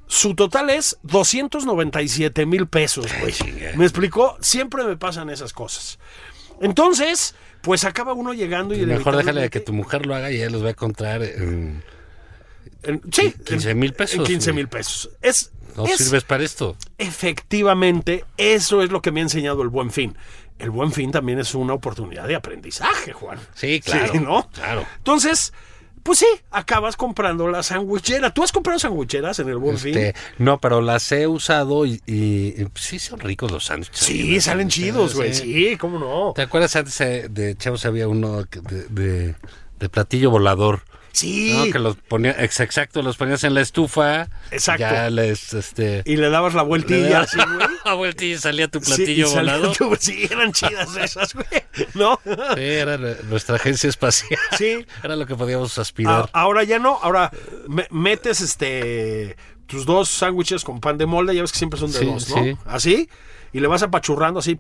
Speaker 1: Su total es 297 mil pesos, güey. ¿Me explicó? Siempre me pasan esas cosas. Entonces, pues acaba uno llegando y...
Speaker 2: Pues Mejor déjale
Speaker 1: inevitablemente-
Speaker 2: que tu mujer lo haga y ella los va a encontrar. eh, mm, en-
Speaker 1: en- sí,
Speaker 2: Qu- 15 mil pesos,
Speaker 1: en 15
Speaker 2: güey.
Speaker 1: mil pesos. Es,
Speaker 2: no
Speaker 1: es-
Speaker 2: sirves para esto.
Speaker 1: efectivamente, eso es lo que me ha enseñado el buen fin. El buen fin también es una oportunidad de aprendizaje, Juan.
Speaker 2: Sí, claro,
Speaker 1: ¿no?
Speaker 2: claro.
Speaker 1: Entonces, pues sí, acabas comprando la sandwichera. ¿Tú has comprado sandwicheras en el buen fin?
Speaker 2: Este, no, pero las he usado y, y- y sí son ricos los sándwiches.
Speaker 1: Sí, salen chidos, güey. Sí, cómo no.
Speaker 2: ¿Te acuerdas antes eh, de Chavos había uno que- de, de- de platillo volador?
Speaker 1: Sí.
Speaker 2: ¿no? Que los ponía, ex- exacto, los ponías en la estufa.
Speaker 1: Exacto.
Speaker 2: Ya les, este...
Speaker 1: Y le dabas la
Speaker 2: le
Speaker 1: vueltilla
Speaker 2: dabas
Speaker 1: así, güey.
Speaker 2: la vuelta y salía tu
Speaker 1: Sí, y
Speaker 2: platillo
Speaker 1: salía
Speaker 2: volador.
Speaker 1: tu- Sí, eran chidas esas, güey. ¿No?
Speaker 2: Sí, era nu- nuestra agencia espacial.
Speaker 1: Sí.
Speaker 2: Era lo que podíamos
Speaker 1: Ah,
Speaker 2: aspirar.
Speaker 1: ahora ya no, ahora me- metes este tus dos sándwiches con pan de molde, ya ves que siempre son de
Speaker 2: Sí,
Speaker 1: dos, ¿no?
Speaker 2: sí.
Speaker 1: Así, y le vas apachurrando así,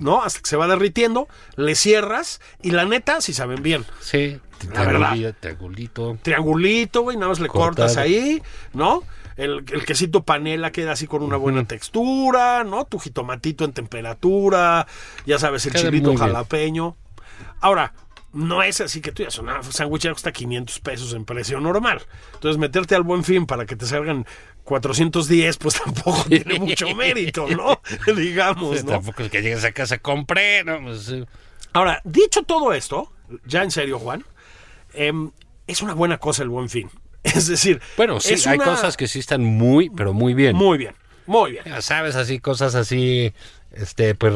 Speaker 1: ¿no? Hasta que se va derritiendo, le cierras, y la neta, si saben bien,
Speaker 2: Sí,
Speaker 1: La verdad.
Speaker 2: triangulito, triangulito.
Speaker 1: triangulito, güey, nada más le cortas
Speaker 2: Cortado.
Speaker 1: ahí, ¿no? El, el quesito panela queda así con una buena textura, ¿no? Tu jitomatito en temperatura, ya sabes, el
Speaker 2: Queda
Speaker 1: chilito
Speaker 2: muy bien.
Speaker 1: jalapeño. Ahora, no es así que tú ya sonaba sándwich ya cuesta 500 pesos en precio normal. Entonces, meterte al buen fin para que te salgan 410, pues tampoco tiene mucho mérito, ¿no? Digamos, Pues ¿no?
Speaker 2: Tampoco es que llegues a casa, compré. No, Pues, eh,
Speaker 1: Ahora, dicho todo esto, ya en serio, Juan, em, es una buena cosa el buen fin. Es decir,
Speaker 2: bueno, sí,
Speaker 1: es
Speaker 2: hay
Speaker 1: una-
Speaker 2: cosas que sí están muy, pero muy bien.
Speaker 1: Muy bien, muy bien.
Speaker 2: Ya sabes, así cosas así, este, pues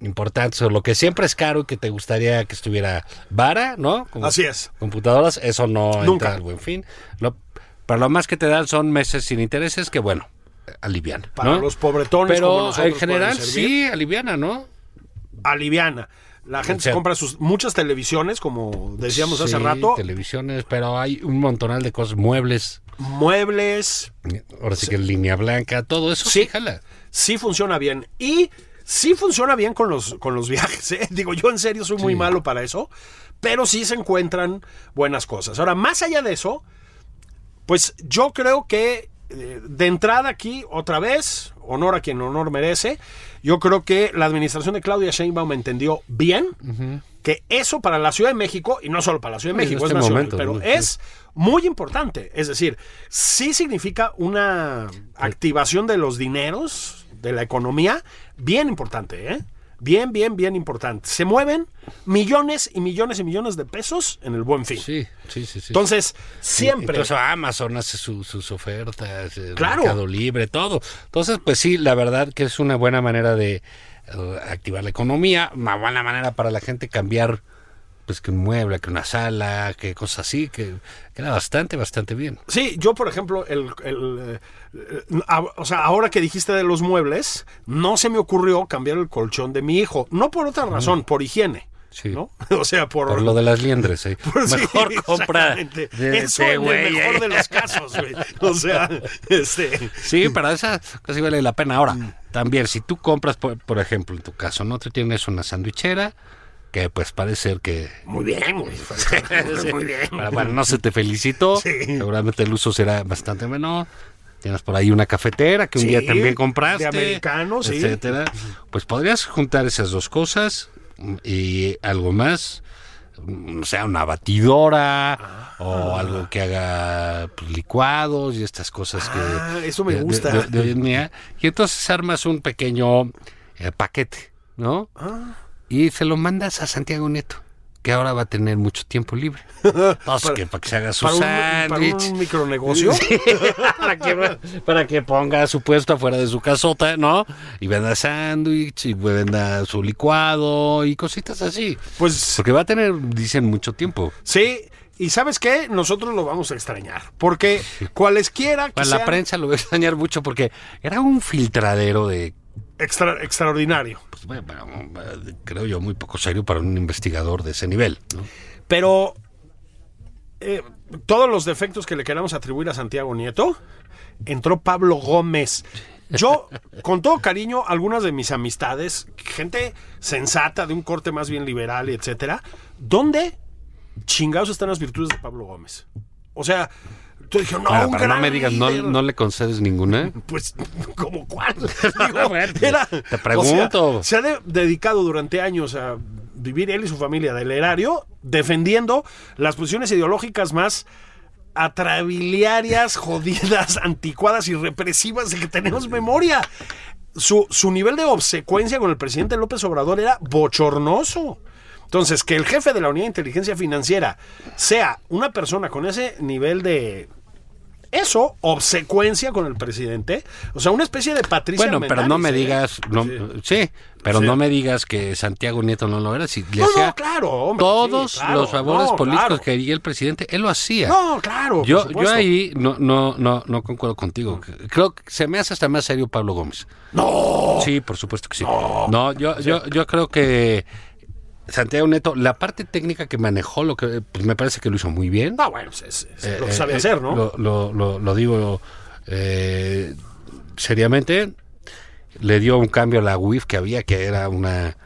Speaker 2: importantes o lo que siempre es caro y que te gustaría que estuviera vara, ¿no? Como
Speaker 1: Así es.
Speaker 2: Computadoras, eso no
Speaker 1: Nunca.
Speaker 2: entra al buen fin. Lo- para lo más que te dan son meses sin intereses que, bueno, eh, alivian.
Speaker 1: Para
Speaker 2: ¿no?
Speaker 1: los pobretones
Speaker 2: Pero
Speaker 1: como nosotros
Speaker 2: en general
Speaker 1: pueden servir.
Speaker 2: sí aliviana, ¿no?
Speaker 1: Aliviana. La gente
Speaker 2: O sea-
Speaker 1: compra sus muchas televisiones, como decíamos hace
Speaker 2: Sí,
Speaker 1: rato,
Speaker 2: Televisiones, pero hay un montonal de cosas, muebles,
Speaker 1: muebles,
Speaker 2: ahora sí, que línea blanca, todo eso sí,
Speaker 1: Sí.
Speaker 2: jala.
Speaker 1: sí funciona bien. Y sí funciona bien con los, con los viajes. ¿eh? Digo, yo en serio soy muy malo para eso, pero sí se encuentran buenas cosas. Ahora, más allá de eso, pues yo creo que eh, de entrada aquí, otra vez, honor a quien honor merece, yo creo que la administración de Claudia Sheinbaum entendió bien que eso para la Ciudad de México, y no solo para la Ciudad de
Speaker 2: Pues, en
Speaker 1: México, es
Speaker 2: este
Speaker 1: nacional,
Speaker 2: momento,
Speaker 1: pero
Speaker 2: ¿no? Sí.
Speaker 1: es muy importante. Es decir, sí significa una activación de los dineros, de la economía, bien importante, ¿eh? Bien, bien, bien importante. Se mueven millones y millones y millones de pesos en el buen fin.
Speaker 2: Sí, sí, sí, ah. sí.
Speaker 1: Entonces, siempre.
Speaker 2: Incluso Amazon hace su- sus ofertas, el
Speaker 1: Claro.
Speaker 2: Mercado Libre, todo. Entonces, pues sí, la verdad que es una buena manera de eh, activar la economía, una buena manera para la gente cambiar, pues que un mueble, que una sala, que cosas así, que queda bastante, bastante bien.
Speaker 1: Sí, yo por ejemplo, el, el, eh, eh, a- o sea, ahora que dijiste de los muebles, no se me ocurrió cambiar el colchón de mi hijo, no por otra razón, por higiene,
Speaker 2: Ah. Sí.
Speaker 1: ¿no? O sea, por,
Speaker 2: Por lo de las liendres, ¿eh?
Speaker 1: por- Pues sí,
Speaker 2: mejor compra
Speaker 1: exactamente.
Speaker 2: de-
Speaker 1: Eso
Speaker 2: de
Speaker 1: en
Speaker 2: güey,
Speaker 1: el mejor
Speaker 2: ¿eh?
Speaker 1: de los casos, güey. O sea, este,
Speaker 2: Sí, pero esa casi vale la pena. Ahora, también, si tú compras, por, por ejemplo, en tu caso, ¿no? Tú tienes una sandwichera que pues parece ser que...
Speaker 1: muy bien, güey. muy bien.
Speaker 2: Bueno, bueno, no se te felicitó.
Speaker 1: Sí.
Speaker 2: Seguramente el uso será bastante menor. Tienes por ahí una cafetera que un
Speaker 1: Sí,
Speaker 2: día también compraste.
Speaker 1: de americano, sí.
Speaker 2: Etcétera. Pues podrías juntar esas dos cosas mm, y algo más. mm, O sea, una batidora o
Speaker 1: Ah.
Speaker 2: algo que haga pues, licuados y estas cosas que.
Speaker 1: Ah, eso me
Speaker 2: de- de-
Speaker 1: gusta.
Speaker 2: de- de hoy en día. Y entonces armas un pequeño eh, paquete, ¿no? Y se lo mandas a Santiago Nieto, que ahora va a tener mucho tiempo libre. Entonces, Pues que para que se haga su
Speaker 1: Para un, para
Speaker 2: sándwich.
Speaker 1: un micronegocio.
Speaker 2: Sí, para, que, para que ponga su puesto afuera de su casota, ¿no? Y venda sándwich, y pues venda su licuado y cositas así.
Speaker 1: Pues
Speaker 2: Porque va a tener, dicen, mucho tiempo.
Speaker 1: sí, y ¿sabes qué? Nosotros lo vamos a extrañar, porque cualesquiera que
Speaker 2: Bueno, Pues la
Speaker 1: sean-
Speaker 2: prensa lo va a extrañar mucho porque era un filtradero de
Speaker 1: extra- extraordinario.
Speaker 2: pues, bueno, bueno, creo yo, muy poco serio para un investigador de ese nivel. ¿no?
Speaker 1: Pero eh, todos los defectos que le queramos atribuir a Santiago Nieto, entró Pablo Gómez. Yo, con todo cariño, algunas de mis amistades, gente sensata, de un corte más bien liberal, y etcétera, ¿dónde chingados están las virtudes de Pablo Gómez? O sea, tú dije, no,
Speaker 2: Ahora,
Speaker 1: un
Speaker 2: para no
Speaker 1: gran
Speaker 2: me digas, ¿no,
Speaker 1: líder.
Speaker 2: no le concedes ninguna?
Speaker 1: Pues, ¿como cuál?
Speaker 2: A ver, te- te pregunto.
Speaker 1: o sea, se ha de- dedicado durante años a vivir él y su familia del erario, defendiendo las posiciones ideológicas más atrabiliarias, jodidas, anticuadas y represivas de que tenemos memoria. Su, su nivel de obsecuencia con el presidente López Obrador era bochornoso. Entonces, que el jefe de la Unidad de Inteligencia Financiera sea una persona con ese nivel de eso, obsecuencia con el presidente, o sea, una especie de Patricia
Speaker 2: Bueno, pero no me
Speaker 1: Armendáriz, ¿eh?
Speaker 2: digas, no, sí, pero
Speaker 1: Sí.
Speaker 2: no me digas que Santiago Nieto no lo era. Si
Speaker 1: No,
Speaker 2: le
Speaker 1: no,
Speaker 2: hacía
Speaker 1: claro, hombre,
Speaker 2: todos
Speaker 1: sí, claro,
Speaker 2: los favores
Speaker 1: no,
Speaker 2: políticos
Speaker 1: claro.
Speaker 2: que haría el presidente, él lo hacía.
Speaker 1: No, claro. por
Speaker 2: yo, yo
Speaker 1: supuesto.
Speaker 2: ahí no, no, no, no concuerdo contigo. Creo que se me hace hasta más serio Pablo Gómez.
Speaker 1: Oh.
Speaker 2: No. Sí, por supuesto que sí. No, yo, yo, yo creo que Santiago Nieto, la parte técnica que manejó, lo que pues me parece que lo hizo muy bien.
Speaker 1: No, bueno, pues es, es lo que
Speaker 2: Eh,
Speaker 1: sabe
Speaker 2: eh,
Speaker 1: hacer, ¿no?
Speaker 2: Lo, lo- lo- lo digo eh, seriamente. Le dio un cambio a la WIF que había, que era una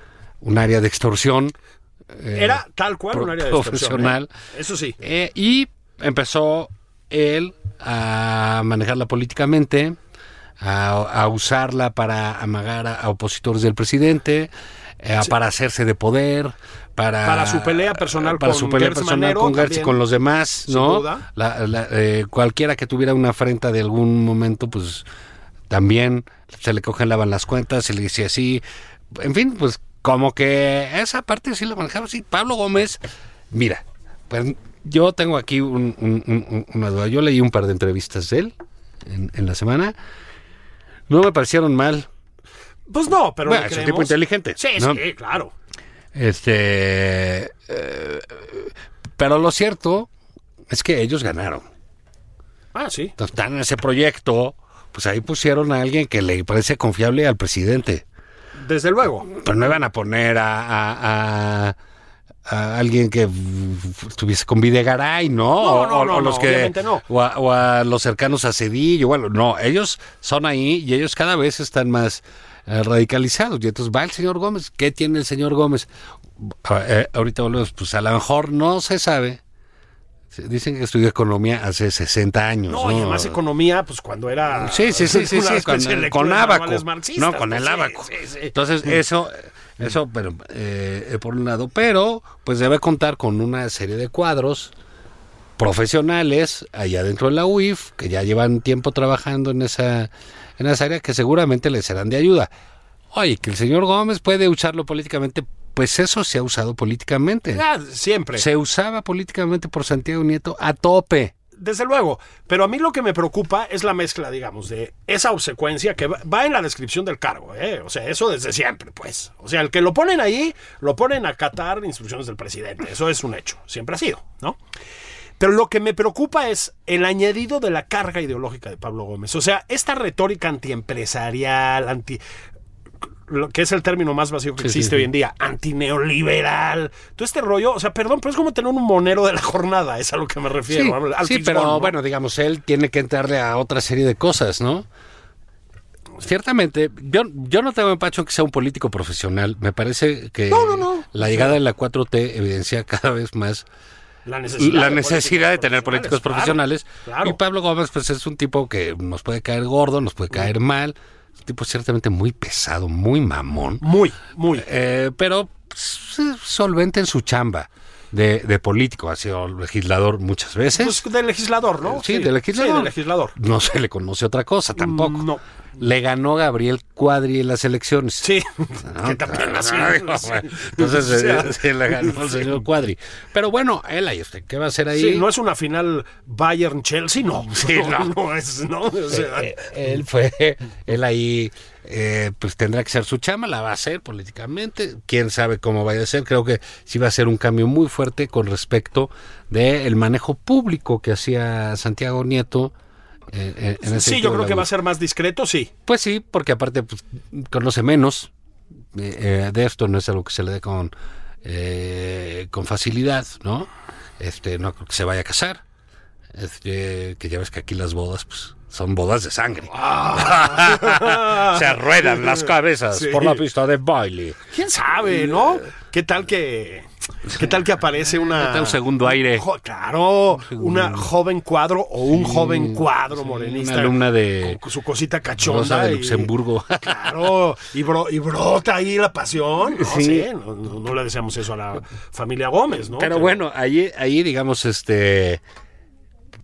Speaker 2: un área de extorsión. eh,
Speaker 1: Era tal cual
Speaker 2: pro-
Speaker 1: un área de extorsión,
Speaker 2: profesional.
Speaker 1: ¿eh? Eso sí.
Speaker 2: eh, y empezó él a manejarla políticamente, a, a usarla para amagar a, a opositores del presidente, eh, para hacerse de poder, para,
Speaker 1: Para su pelea personal
Speaker 2: para
Speaker 1: con
Speaker 2: su pelea
Speaker 1: Gertz
Speaker 2: personal
Speaker 1: Manero
Speaker 2: con Gertz y
Speaker 1: también.
Speaker 2: con los demás,
Speaker 1: Sin
Speaker 2: ¿no?
Speaker 1: duda.
Speaker 2: La- la- eh, cualquiera que tuviera una afrenta de algún momento, pues también se le cogen, lavan las cuentas, se le dice así. En fin, pues como que esa parte sí la manejaba así. Pablo Gómez, mira, pues yo tengo aquí un- un- un- un- una duda. Yo leí un par de entrevistas de él en, en la semana. No me parecieron mal.
Speaker 1: Pues no, pero
Speaker 2: Bueno,
Speaker 1: le
Speaker 2: es un
Speaker 1: creemos.
Speaker 2: tipo inteligente,
Speaker 1: Sí,
Speaker 2: ¿no?
Speaker 1: sí, claro.
Speaker 2: Este. eh, pero lo cierto es que ellos ganaron.
Speaker 1: Ah, sí.
Speaker 2: Entonces, están en ese proyecto. Pues ahí pusieron a alguien que le parece confiable al presidente.
Speaker 1: Desde luego.
Speaker 2: Pero no iban a poner a, a- a- a alguien que mm, estuviese con Videgaray,
Speaker 1: No,
Speaker 2: ¿no?
Speaker 1: no,
Speaker 2: o,
Speaker 1: no,
Speaker 2: o los
Speaker 1: no,
Speaker 2: que,
Speaker 1: obviamente no.
Speaker 2: O, a, o a los cercanos a Cedillo. Bueno, no, ellos son ahí y ellos cada vez están más eh, radicalizados. Y entonces va el señor Gómez. ¿Qué tiene el señor Gómez? A- eh, ahorita volvemos, pues a lo mejor no se sabe. Se- Dicen que estudió economía hace 60 años.
Speaker 1: No, y además economía, pues cuando era.
Speaker 2: Sí, sí, sí, sí,
Speaker 1: una
Speaker 2: sí,
Speaker 1: especie
Speaker 2: con,
Speaker 1: de
Speaker 2: el-
Speaker 1: lectura
Speaker 2: con
Speaker 1: de
Speaker 2: abaco.
Speaker 1: manuales marxistas, pues,
Speaker 2: No, con el
Speaker 1: Sí,
Speaker 2: abaco.
Speaker 1: sí, sí. Mm.
Speaker 2: Entonces, eso, eso, pero eh, eh, por un lado, pero pues debe contar con una serie de cuadros profesionales allá dentro de la UIF que ya llevan tiempo trabajando en esa en esa área que seguramente les serán de ayuda. Oye, que el señor Gómez puede usarlo políticamente, pues eso se ha usado políticamente.
Speaker 1: Ah, siempre.
Speaker 2: Se usaba políticamente por Santiago Nieto a tope.
Speaker 1: Desde luego. Pero a mí lo que me preocupa es la mezcla, digamos, de esa obsecuencia que va- va en la descripción del cargo. ¿eh? O sea, eso desde siempre, pues. O sea, el que lo ponen ahí, lo ponen a acatar instrucciones del presidente. Eso es un hecho. Siempre ha sido, ¿no? Pero lo que me preocupa es el añadido de la carga ideológica de Pablo Gómez. O sea, esta retórica antiempresarial, anti lo que es el término más vacío que
Speaker 2: Sí, sí,
Speaker 1: existe
Speaker 2: sí.
Speaker 1: hoy en día, antineoliberal, todo este rollo, o sea, perdón, pero es como tener un monero de la jornada, es a lo que me refiero.
Speaker 2: Sí,
Speaker 1: al- al
Speaker 2: sí,
Speaker 1: fisgón,
Speaker 2: pero
Speaker 1: ¿no?
Speaker 2: bueno, digamos, él tiene que entrarle a otra serie de cosas, ¿no? Ciertamente, yo, yo no tengo empacho en que sea un político profesional. Me parece que la llegada de la 4T evidencia cada vez más
Speaker 1: la necesidad,
Speaker 2: la
Speaker 1: de
Speaker 2: necesidad de
Speaker 1: políticos
Speaker 2: tener políticos profesionales.
Speaker 1: Claro, claro.
Speaker 2: Y Pablo Gómez, pues es un tipo que nos puede caer gordo, nos puede
Speaker 1: Mm.
Speaker 2: caer mal. Es un tipo ciertamente muy pesado, muy mamón.
Speaker 1: Muy, muy.
Speaker 2: Eh, pero pues, eh, solvente en su chamba de, de político. Ha sido legislador muchas veces.
Speaker 1: Pues del legislador, ¿no?
Speaker 2: Sí, de legislador.
Speaker 1: Sí, de legislador. Mm,
Speaker 2: No se le conoce otra cosa tampoco.
Speaker 1: No.
Speaker 2: Le ganó Gabriel Cuadri en las elecciones.
Speaker 1: Sí,
Speaker 2: ¿no?
Speaker 1: que también así.
Speaker 2: Ah, digo,
Speaker 1: sí.
Speaker 2: bueno, Entonces
Speaker 1: O sea,
Speaker 2: eh, se le ganó el señor Cuadri. Pero bueno, él ahí está. ¿Qué va a hacer ahí?
Speaker 1: sí, no es una final Bayern-Chelsea, no.
Speaker 2: Sí, no.
Speaker 1: es, no. O sea,
Speaker 2: Eh, él fue, él ahí, eh, pues tendrá que ser su chama, la va a hacer políticamente, quién sabe cómo vaya a ser, creo que sí va a ser un cambio muy fuerte con respecto del manejo público que hacía Santiago Nieto. eh, eh, en ese
Speaker 1: sí,
Speaker 2: sentido
Speaker 1: yo
Speaker 2: de
Speaker 1: creo
Speaker 2: la
Speaker 1: que va
Speaker 2: UIF.
Speaker 1: a ser más discreto, sí.
Speaker 2: Pues sí, porque aparte pues, conoce menos eh, eh, de esto, no es algo que se le dé con, eh, con facilidad, ¿no? Este, no creo que se vaya a casar. Este, que ya ves que aquí las bodas, pues, son bodas de sangre. se ruedan las cabezas
Speaker 1: Ah. Sí.
Speaker 2: por la pista de baile.
Speaker 1: ¿Quién sabe, no? ¿Qué tal que qué tal que aparece una
Speaker 2: tal un
Speaker 1: Ah.
Speaker 2: segundo aire?
Speaker 1: Jo- claro, una joven cuadro o un joven cuadro morenista.
Speaker 2: una alumna de
Speaker 1: con su cosita cachonda
Speaker 2: Rosa de
Speaker 1: y-
Speaker 2: Luxemburgo.
Speaker 1: Claro, y, bro- y brota ahí la pasión. No
Speaker 2: Sí.
Speaker 1: sé, no, no- no le deseamos eso a la familia Gómez, ¿no?
Speaker 2: Pero bueno, ahí, ahí digamos, este,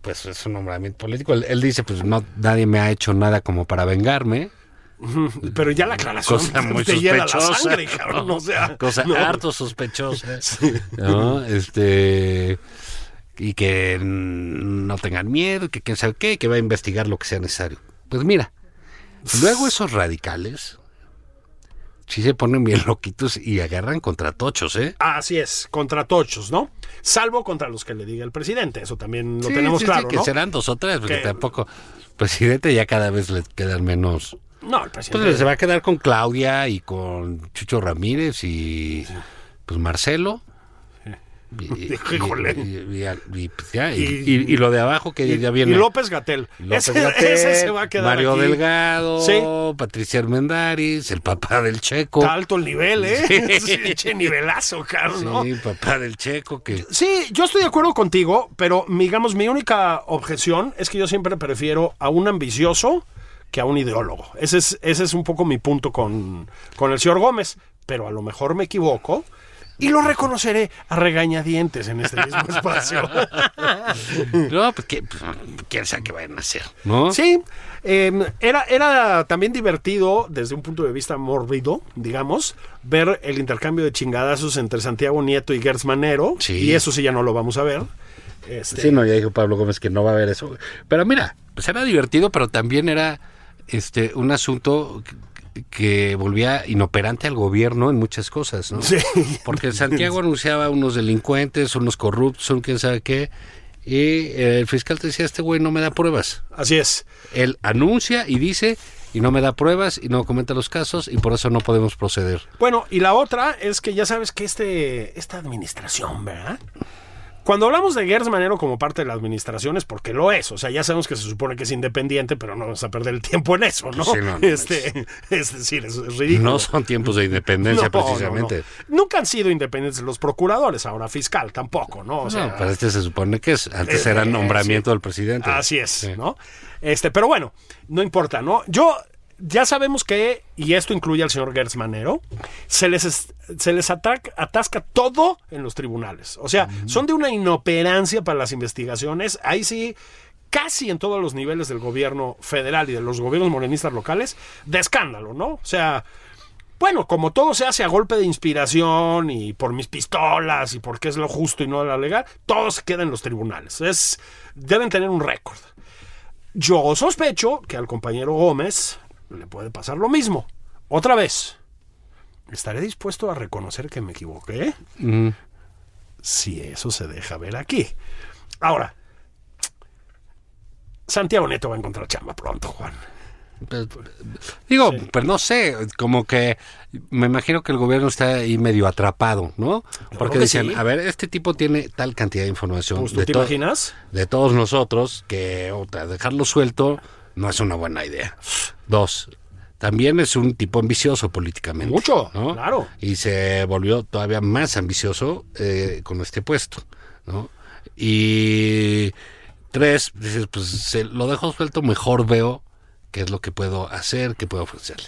Speaker 2: pues es un nombramiento político. Él, él dice, pues no, nadie me ha hecho nada como para vengarme.
Speaker 1: Pero ya la aclaración
Speaker 2: Cosa muy
Speaker 1: te hiela la
Speaker 2: sospechosa,
Speaker 1: sangre, cabrón, o sea,
Speaker 2: Cosa
Speaker 1: no.
Speaker 2: harto sospechosa. ¿no? Este, y que mm, no tengan miedo, que quién sabe qué, que va a investigar lo que sea necesario. Pues mira, luego esos radicales sí se ponen bien loquitos y agarran contra tochos, ¿eh?
Speaker 1: Así es, contra tochos, ¿no? Salvo contra los que le diga el presidente, eso también lo
Speaker 2: Sí,
Speaker 1: tenemos
Speaker 2: sí, sí,
Speaker 1: claro,
Speaker 2: que
Speaker 1: ¿no?
Speaker 2: serán dos o tres, porque
Speaker 1: Que-
Speaker 2: tampoco. Presidente ya cada vez le quedan menos.
Speaker 1: No, el presidente.
Speaker 2: Pues se va a quedar con Claudia y con Chucho Ramírez y pues Marcelo. Y, y-
Speaker 1: Híjole.
Speaker 2: y- y- y- pues, ya, y-
Speaker 1: Y-
Speaker 2: y- y lo de abajo que
Speaker 1: y,
Speaker 2: ya viene.
Speaker 1: y López Gatel.
Speaker 2: López
Speaker 1: Ese,
Speaker 2: Gatell,
Speaker 1: ese se va a quedar.
Speaker 2: Mario
Speaker 1: aquí.
Speaker 2: Delgado,
Speaker 1: Sí.
Speaker 2: Patricia Armendáriz, el papá del Checo.
Speaker 1: Está alto el nivel, ¿eh?
Speaker 2: Sí.
Speaker 1: Sí, che, nivelazo, caro,
Speaker 2: sí,
Speaker 1: ¿no?
Speaker 2: papá del Checo que
Speaker 1: Sí, yo estoy de acuerdo contigo, pero digamos, mi única objeción es que yo siempre prefiero a un ambicioso que a un ideólogo. Ese es, ese es un poco mi punto con, con el señor Gómez. pero a lo mejor me equivoco. Y lo reconoceré a regañadientes en este mismo espacio.
Speaker 2: No, pues que- pues, quién sabe qué vayan a hacer, ¿no?
Speaker 1: Mm. Sí, eh, era, era también divertido desde un punto de vista mórbido, digamos, ver el intercambio de chingadazos entre Santiago Nieto y Gertz Manero.
Speaker 2: Sí.
Speaker 1: Y eso sí ya no lo vamos a ver. Este,
Speaker 2: Sí, no, ya dijo Pablo Gómez que no va a haber eso. Pero mira, pues era divertido, pero también era este un asunto que- que volvía inoperante al gobierno en muchas cosas, ¿no?
Speaker 1: Sí.
Speaker 2: Porque Santiago anunciaba unos delincuentes, unos corruptos, un quién sabe qué, y eh, el fiscal te decía, este güey no me da pruebas.
Speaker 1: Así es.
Speaker 2: Él anuncia y dice, y no me da pruebas, y no comenta los casos, y por eso no podemos proceder.
Speaker 1: Bueno, y la otra es que ya sabes que este, esta administración, ¿verdad? Cuando hablamos de Gertz Manero como parte de la administración es porque lo es. O sea, ya sabemos que se supone que es independiente, pero no vamos a perder el tiempo en eso, ¿no?
Speaker 2: Sí, no, no,
Speaker 1: este, es decir, es, es ridículo.
Speaker 2: No son tiempos de independencia,
Speaker 1: No, no,
Speaker 2: precisamente.
Speaker 1: no. Nunca han sido independientes los procuradores, ahora fiscal tampoco, ¿no? O sea,
Speaker 2: No, pero este se supone que es, antes
Speaker 1: Eh,
Speaker 2: era
Speaker 1: eh,
Speaker 2: nombramiento del presidente.
Speaker 1: Así es,
Speaker 2: Sí.
Speaker 1: ¿no? Este, pero bueno, no importa, ¿no? Yo ya sabemos que, y esto incluye al señor Gertz Manero, se les, es- se les ataca, atasca todo en los tribunales. O sea, son de una inoperancia para las investigaciones. Ahí sí. Casi en todos los niveles del gobierno federal y de los gobiernos morenistas locales, de escándalo, ¿no? O sea, bueno, como todo se hace a golpe de inspiración y por mis pistolas y porque es lo justo y no lo legal, todo se queda en los tribunales. Es, deben tener un récord. Yo sospecho que al compañero Gómez le puede pasar lo mismo. Otra vez, ¿estaré dispuesto a reconocer que me equivoqué? Si eso se deja ver aquí. Ahora, Santiago Neto va a encontrar chamba pronto, Juan.
Speaker 2: Pues, digo, pues no sé, como que me imagino que el gobierno está ahí medio atrapado, ¿no? Porque
Speaker 1: que
Speaker 2: decían,
Speaker 1: sí.
Speaker 2: a ver, este tipo tiene tal cantidad de información.
Speaker 1: Pues, ¿tú
Speaker 2: de
Speaker 1: te
Speaker 2: to-
Speaker 1: imaginas?
Speaker 2: De todos nosotros, que otra, dejarlo suelto no es una buena idea. Dos, también es un tipo ambicioso políticamente.
Speaker 1: Mucho,
Speaker 2: ¿no?
Speaker 1: claro.
Speaker 2: Y se volvió todavía más ambicioso eh, con este puesto, ¿no? Y tres, dices, pues se lo dejo suelto, mejor veo qué es lo que puedo hacer, qué puedo ofrecerle.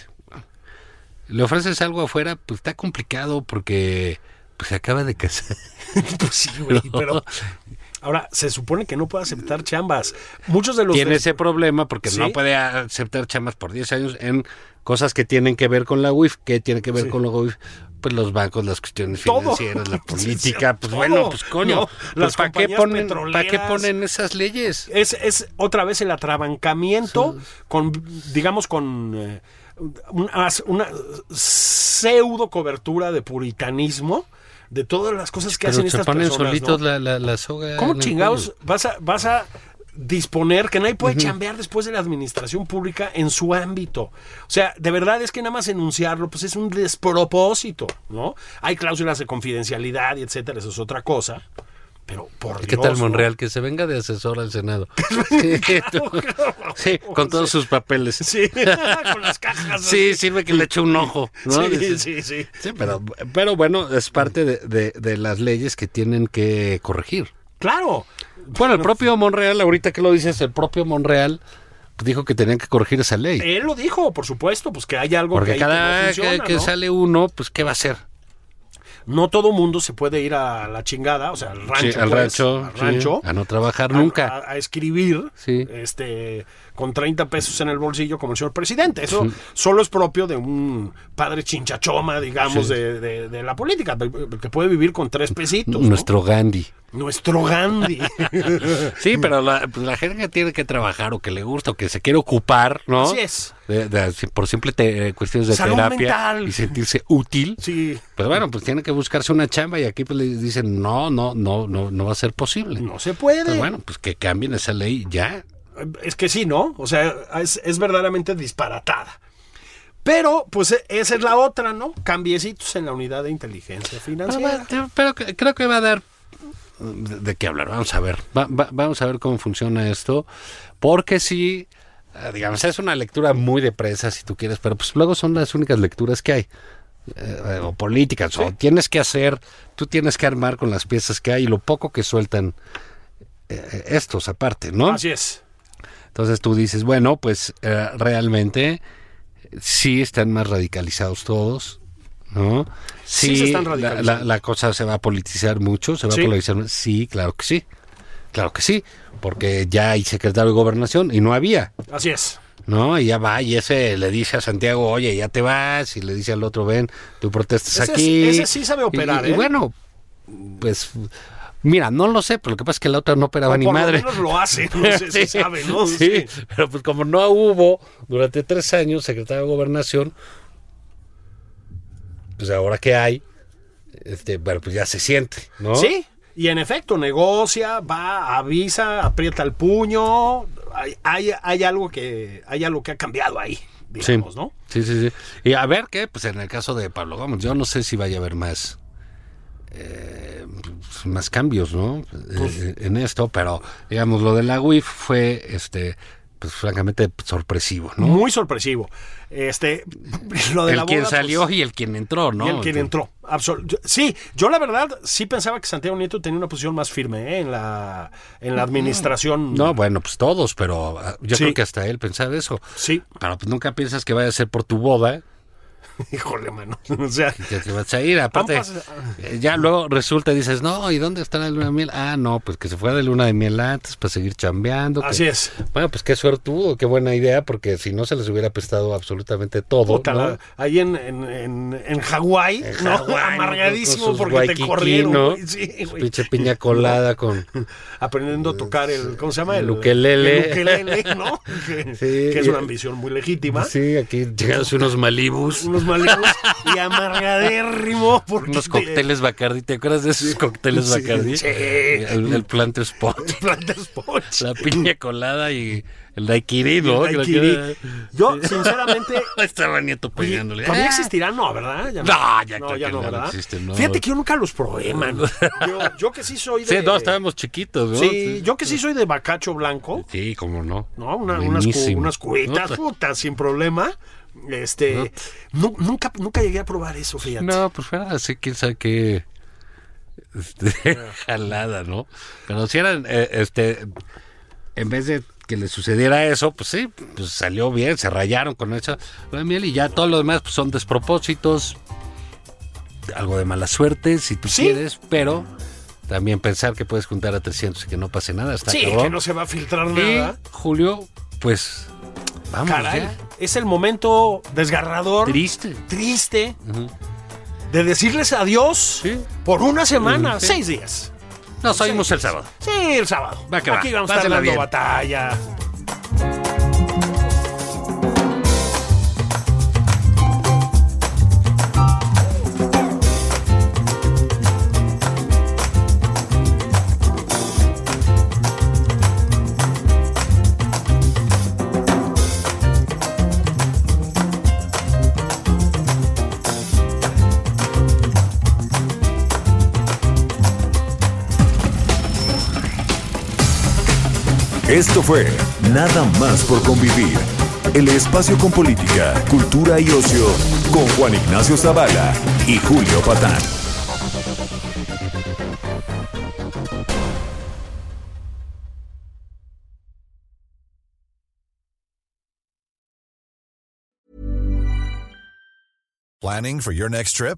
Speaker 2: Le ofreces algo afuera, pues está complicado porque pues, se acaba de casar.
Speaker 1: Pues sí, güey, pero ahora se supone que no puede aceptar chambas. Muchos de los
Speaker 2: tiene
Speaker 1: de-
Speaker 2: ese problema porque
Speaker 1: Sí.
Speaker 2: no puede aceptar chamas por 10 años en cosas que tienen que ver con la UIF, que tiene que ver con la UIF, pues los bancos, las cuestiones
Speaker 1: Todo.
Speaker 2: financieras, la
Speaker 1: Sí,
Speaker 2: política,
Speaker 1: sí,
Speaker 2: pues
Speaker 1: todo.
Speaker 2: bueno, pues coño,
Speaker 1: No, las
Speaker 2: ¿para, qué
Speaker 1: compañías
Speaker 2: ponen, ¿para qué
Speaker 1: petroleras.
Speaker 2: ponen esas leyes?
Speaker 1: es, es otra vez el atrabancamiento con, digamos, con eh, una, una pseudo cobertura de puritanismo de todas las cosas que
Speaker 2: Pero
Speaker 1: hacen
Speaker 2: se
Speaker 1: estas
Speaker 2: ponen
Speaker 1: personas.
Speaker 2: solitos
Speaker 1: ¿no?
Speaker 2: la, la, la soga.
Speaker 1: ¿Cómo
Speaker 2: en el
Speaker 1: chingados
Speaker 2: cuello.
Speaker 1: vas a, vas a disponer que nadie puede chambear después de la administración pública en su ámbito? O sea, de verdad es que nada más enunciarlo, pues es un despropósito, ¿no? Hay cláusulas de confidencialidad y etcétera, eso es otra cosa. Pero por
Speaker 2: ¿Qué tal
Speaker 1: Dios, ¿no?
Speaker 2: Monreal? Que se venga de asesor al Senado. sí, con todos sus papeles.
Speaker 1: Sí, con las cajas.
Speaker 2: Sí, sirve que le eche un ojo. ¿no?
Speaker 1: Sí,
Speaker 2: Dices,
Speaker 1: sí, sí.
Speaker 2: Sí, pero, pero bueno, es parte de, de- de las leyes que tienen que corregir.
Speaker 1: Claro.
Speaker 2: Bueno, el propio Monreal, ahorita que lo dices, el propio Monreal dijo que tenían que corregir esa ley.
Speaker 1: Él lo dijo, por supuesto, pues que hay algo que,
Speaker 2: Porque
Speaker 1: ahí que
Speaker 2: cada
Speaker 1: no funciona,
Speaker 2: que, que
Speaker 1: ¿no?
Speaker 2: sale uno, pues ¿qué va a hacer?
Speaker 1: No todo mundo se puede ir a la chingada, o sea, al rancho.
Speaker 2: Sí, al
Speaker 1: pues,
Speaker 2: rancho,
Speaker 1: al
Speaker 2: sí,
Speaker 1: rancho.
Speaker 2: a no trabajar
Speaker 1: a-
Speaker 2: nunca.
Speaker 1: A, a escribir
Speaker 2: Sí.
Speaker 1: este, con 30 pesos en el bolsillo como el señor presidente. Eso solo es propio de un padre chinchachoma, digamos, de, de- de la política, que puede vivir con tres pesitos. ¿no?
Speaker 2: Nuestro Gandhi.
Speaker 1: Nuestro Gandhi.
Speaker 2: Sí, pero la, pues, la gente que tiene que trabajar o que le gusta o que se quiere ocupar, ¿no?
Speaker 1: Así es.
Speaker 2: De- de- si- por simple te- cuestiones de
Speaker 1: Salud
Speaker 2: terapia
Speaker 1: mental.
Speaker 2: y sentirse útil.
Speaker 1: sí.
Speaker 2: Pues bueno, pues tiene que buscarse una chamba y aquí pues le dicen, no, no, no, no, no va a ser posible.
Speaker 1: No se puede.
Speaker 2: Pues bueno, pues que cambien esa ley ya.
Speaker 1: Es que sí, ¿no? O sea, es, es verdaderamente disparatada. Pero, pues, e- esa es la otra, ¿no? Cambiecitos en la unidad de inteligencia
Speaker 2: Pero,
Speaker 1: financiera.
Speaker 2: va- pero que- creo que va a dar mm, de, de qué hablar. Vamos a ver. Va- va- vamos a ver cómo funciona esto. Porque sí, eh, digamos, es una lectura muy de prensa, si tú quieres, pero pues luego son las únicas lecturas que hay. eh, o políticas, o tienes que hacer, tú tienes que armar con las piezas que hay y lo poco que sueltan eh, estos aparte, ¿no?
Speaker 1: Así es.
Speaker 2: Entonces tú dices, bueno, pues eh, realmente sí están más radicalizados todos, ¿no?
Speaker 1: Sí se están
Speaker 2: la- la,
Speaker 1: radicalizando.
Speaker 2: la cosa se va a politizar mucho, se va
Speaker 1: Sí.
Speaker 2: a politizar. Sí, claro que sí. Claro que sí, porque ya hay secretario de gobernación y no había,
Speaker 1: Así es.
Speaker 2: ¿no? Y ya va, y ese le dice a Santiago, oye, ya te vas, y le dice al otro, ven, tú protestas
Speaker 1: Ese es-
Speaker 2: aquí.
Speaker 1: ese sí sabe
Speaker 2: Y-
Speaker 1: operar,
Speaker 2: y, y
Speaker 1: ¿eh?
Speaker 2: bueno, pues, mira, no lo sé, pero lo que pasa es que la otra no operaba ni
Speaker 1: Por
Speaker 2: madre.
Speaker 1: lo menos lo hace, no sé si sabe, ¿no?
Speaker 2: Sí, pero pues como no hubo durante tres años secretario de gobernación, pues ahora que hay, este, bueno, pues ya se siente, ¿no?
Speaker 1: Sí, y en efecto, negocia, va, avisa, aprieta el puño. Hay, hay, hay algo, que, hay algo que ha cambiado ahí, digamos,
Speaker 2: sí.
Speaker 1: ¿no?
Speaker 2: Sí, sí, sí. Y a ver qué, pues en el caso de Pablo Gómez, yo no sé si vaya a haber más eh, pues, más cambios, ¿no?
Speaker 1: Pues
Speaker 2: Eh, en esto, pero digamos lo de la UIF fue este pues francamente sorpresivo, ¿no?
Speaker 1: Muy sorpresivo. Este, lo de
Speaker 2: el
Speaker 1: la
Speaker 2: quien
Speaker 1: boda, pues,
Speaker 2: salió y el quien entró, ¿no?
Speaker 1: y el quien entró. Absol- yo- sí, yo la verdad sí pensaba que Santiago Nieto tenía una posición más firme ¿eh? en la en la administración.
Speaker 2: Mm. No, bueno, pues todos, pero ah, yo
Speaker 1: Sí.
Speaker 2: creo que hasta él pensaba eso.
Speaker 1: Sí,
Speaker 2: Pero pues nunca piensas que vaya a ser por tu boda
Speaker 1: híjole, mano. O sea,
Speaker 2: que te vas a ir. Aparte,
Speaker 1: Pampas,
Speaker 2: eh, ya luego resulta y dices, no, ¿y dónde está la luna de miel? Ah, no, pues que se fue de luna de miel antes para seguir chambeando. que-
Speaker 1: así es.
Speaker 2: Bueno, pues qué suertudo, qué buena idea, porque si no se les hubiera prestado absolutamente todo.
Speaker 1: Puta,
Speaker 2: Oh, ¿no?
Speaker 1: la- ahí en, en, en, en Hawái,
Speaker 2: En
Speaker 1: ¿no?
Speaker 2: Hawái, con
Speaker 1: amargadísimo
Speaker 2: sus
Speaker 1: porque
Speaker 2: waikiki,
Speaker 1: te corrieron.
Speaker 2: ¿no?
Speaker 1: güey. Sí, güey.
Speaker 2: Pinche piña colada con...
Speaker 1: aprendiendo a tocar el, ¿cómo se llama?
Speaker 2: El ukelele.
Speaker 1: el ukelele, ¿no? Que,
Speaker 2: Sí,
Speaker 1: que es
Speaker 2: y-
Speaker 1: una ambición muy legítima.
Speaker 2: Sí, aquí llegados unos malibus.
Speaker 1: Unos malejos y amargadérrimo. Porque
Speaker 2: Unos
Speaker 1: te-
Speaker 2: cócteles Bacardi, ¿te acuerdas de esos cócteles
Speaker 1: Sí.
Speaker 2: Bacardi?
Speaker 1: Sí.
Speaker 2: El, el Plant Spot.
Speaker 1: Plantas poch.
Speaker 2: La piña colada y el daiquiri, ¿no?
Speaker 1: El
Speaker 2: Creo que
Speaker 1: daiquiri.
Speaker 2: era-
Speaker 1: Yo, sinceramente.
Speaker 2: Estaba Nieto pegándole.
Speaker 1: ¿Todavía
Speaker 2: Ah.
Speaker 1: existirá? No, ¿verdad? Ya
Speaker 2: No, ya creo que
Speaker 1: no,
Speaker 2: no
Speaker 1: ¿verdad?
Speaker 2: existen, no.
Speaker 1: Fíjate que yo nunca los probé, man. Yo, yo que sí soy de.
Speaker 2: Sí, no, estábamos chiquitos, ¿no?
Speaker 1: Sí, yo que sí soy de bacacho blanco,
Speaker 2: Sí, cómo no.
Speaker 1: ¿no? Una- unas, cu-
Speaker 2: Buenísimo.
Speaker 1: unas cubitas,
Speaker 2: No, pues.
Speaker 1: puta, sin problema. Este. nu- nunca, nunca llegué a probar eso, fíjate.
Speaker 2: No, pues fuera así, quién sabe qué. este, jalada, ¿no? Pero si eran, eh, este. En vez de que le sucediera eso, pues sí, pues salió bien, se rayaron con esa luna de miel y ya todo lo demás pues, son despropósitos, algo de mala suerte, si tú
Speaker 1: Sí.
Speaker 2: quieres, pero también pensar que puedes juntar a 300 y que no pase nada, está
Speaker 1: Sí,
Speaker 2: cabrón.
Speaker 1: que no se va a filtrar
Speaker 2: Y
Speaker 1: nada.
Speaker 2: Julio, pues vamos
Speaker 1: Caray,
Speaker 2: ya.
Speaker 1: es el momento desgarrador,
Speaker 2: Triste.
Speaker 1: triste, de decirles adiós
Speaker 2: Sí.
Speaker 1: por una semana,
Speaker 2: Sí.
Speaker 1: seis días.
Speaker 2: Nos oímos el sábado.
Speaker 1: Sí, el sábado.
Speaker 2: Va que va.
Speaker 1: Aquí vamos a estar
Speaker 2: Pásela
Speaker 1: dando
Speaker 2: bien.
Speaker 1: batalla.
Speaker 3: Esto fue Nada más por convivir. El espacio con política, cultura y ocio con Juan Ignacio Zavala y Julio Patán.
Speaker 5: Planning for your next trip?